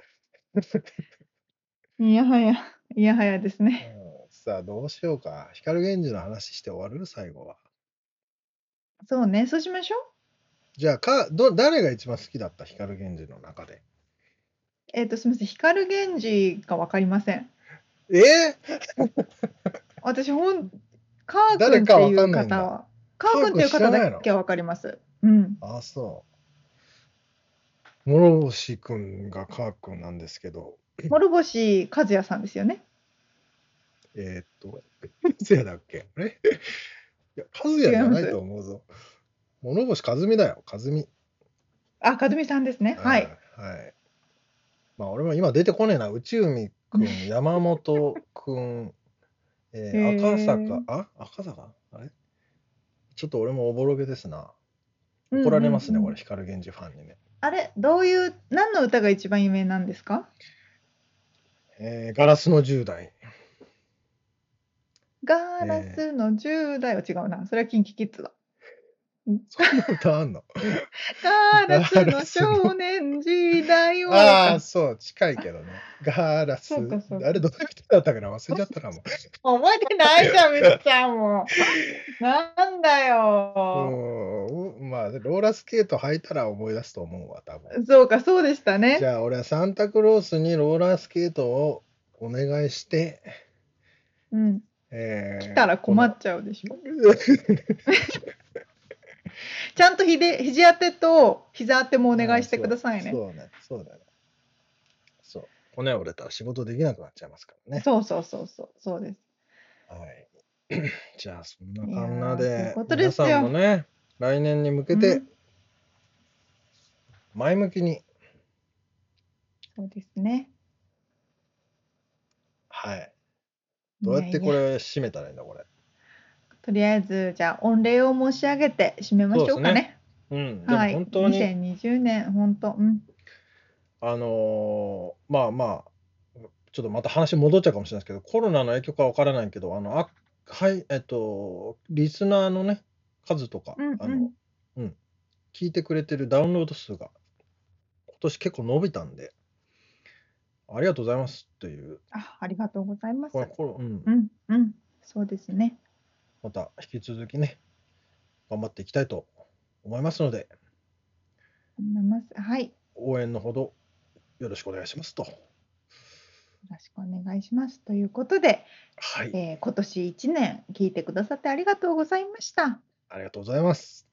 A: いやはや、いやはやですね。
B: うんさあどうしようか光源氏の話して終わる最後は
A: そうね、そうしましょう。
B: じゃあかど誰が一番好きだった光源氏の中で
A: えっ、と、すみません、光源氏がわかりません。
B: え
A: 私、ほん、カー君っ
B: 誰か
A: て
B: わ
A: い
B: かん
A: う
B: ないんだ
A: 方は、カー君っていう
B: カー君知ら
A: 方
B: ないの
A: だけはわかります。うん。
B: ー、あそう諸星くんがカー君なんですけど、
A: 諸星和也さんですよね。
B: えーっと、いつやだっけあれいや、和也じゃないと思うぞ。諸星和美だよ、和美。
A: あ、和美さんですね。はい。
B: はい。まあ、俺も今出てこねえな。内海くん、山本くん、え
A: へ
B: ー、
A: ー
B: 赤坂、あ赤坂あれちょっと俺もおぼろげですな。怒られますね、
A: うんうんうん
B: これ、光源氏ファンにね。
A: あれ、どういう、何の歌が一番有名なんですか
B: えー、ガラスの10代。
A: ガラスの10代は違うな。それはキンキキッズだ。
B: そんな歌 あんの
A: ガラスの少年時代を。
B: ああ、そう、近いけ どね。ガラス。
A: そうかそうか
B: あれ、どういう歌だったかな忘れちゃったな、も
A: 覚えてないじゃん、みっちゃんも。なんだ よ。
B: う。うん、まあ、ローラースケート履いたら思い出すと思うわ、多 分。
A: そうか、そうでしたね
B: じ。ゃあ俺はサンタクロースにローラースケートをお願いして、
A: うん。
B: えー
A: 来たら困っちゃうでし ょ。
B: この
A: ちゃんとひで肘当てと膝当てもお願いしてくださいね
B: そ。うそうね、そうだね。そう。骨折れたら仕事できなくなっちゃいますからね。
A: そうそうそうそう、そうです。
B: はい。 じゃあそんなこんない
A: やーそうい
B: で
A: うこ、と
B: 皆
A: ですよ
B: さんもね、来年に向けて
A: うん
B: 前向きに、
A: そうですね。
B: はい。どうやって
A: い
B: こ
A: やいや
B: れ締めたらいいんだ、これ。
A: とりあえず、じゃあ、御礼を申し上げて締めましょうかね。
B: うん。でも
A: はい。
B: 本当に、
A: 2020年、本当、うん。
B: あのーまあまあ、ちょっとまた話戻っちゃうかもしれないですけど、コロナの影響かわからないけど、あの、あはい、えっと、リスナーのね、数とか、
A: うんうん
B: あの、うん、聞いてくれてるダウンロード数が、今年結構伸びたんで、ありがとうございますっていう、
A: あ、ありがとうございます。
B: これコロ、うん
A: う、ん、うん。そうですね。
B: また引き続きね、頑張っていきたいと思いますので、
A: 思います。はい。よ
B: 応援のほどよろしくお願いしますと。
A: ろしくお願いします。ということで、
B: はい、
A: えー今年1年聞いてくださってありがとうございました。
B: ありがとうございます。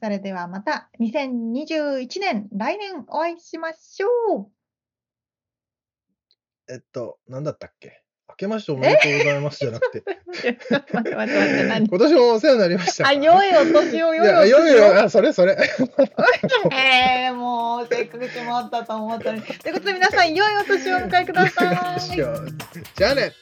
A: それではまた2021年、来年お会いしまし ょ
B: えっと、なんだったっけ明けましておめでとうございますじゃなくて、
A: う。待って待って待って
B: 今
A: 何
B: 年もお世話になりましたか
A: あ、
B: らね。
A: 良いお年を良
B: い
A: いお
B: や、
A: 年
B: よい
A: を。
B: よ、あ、それそれ。
A: えー、もうせっかく 決まったと思ったのに。ということで皆さん、良いお年をお迎えください。
B: よいしょじゃあね。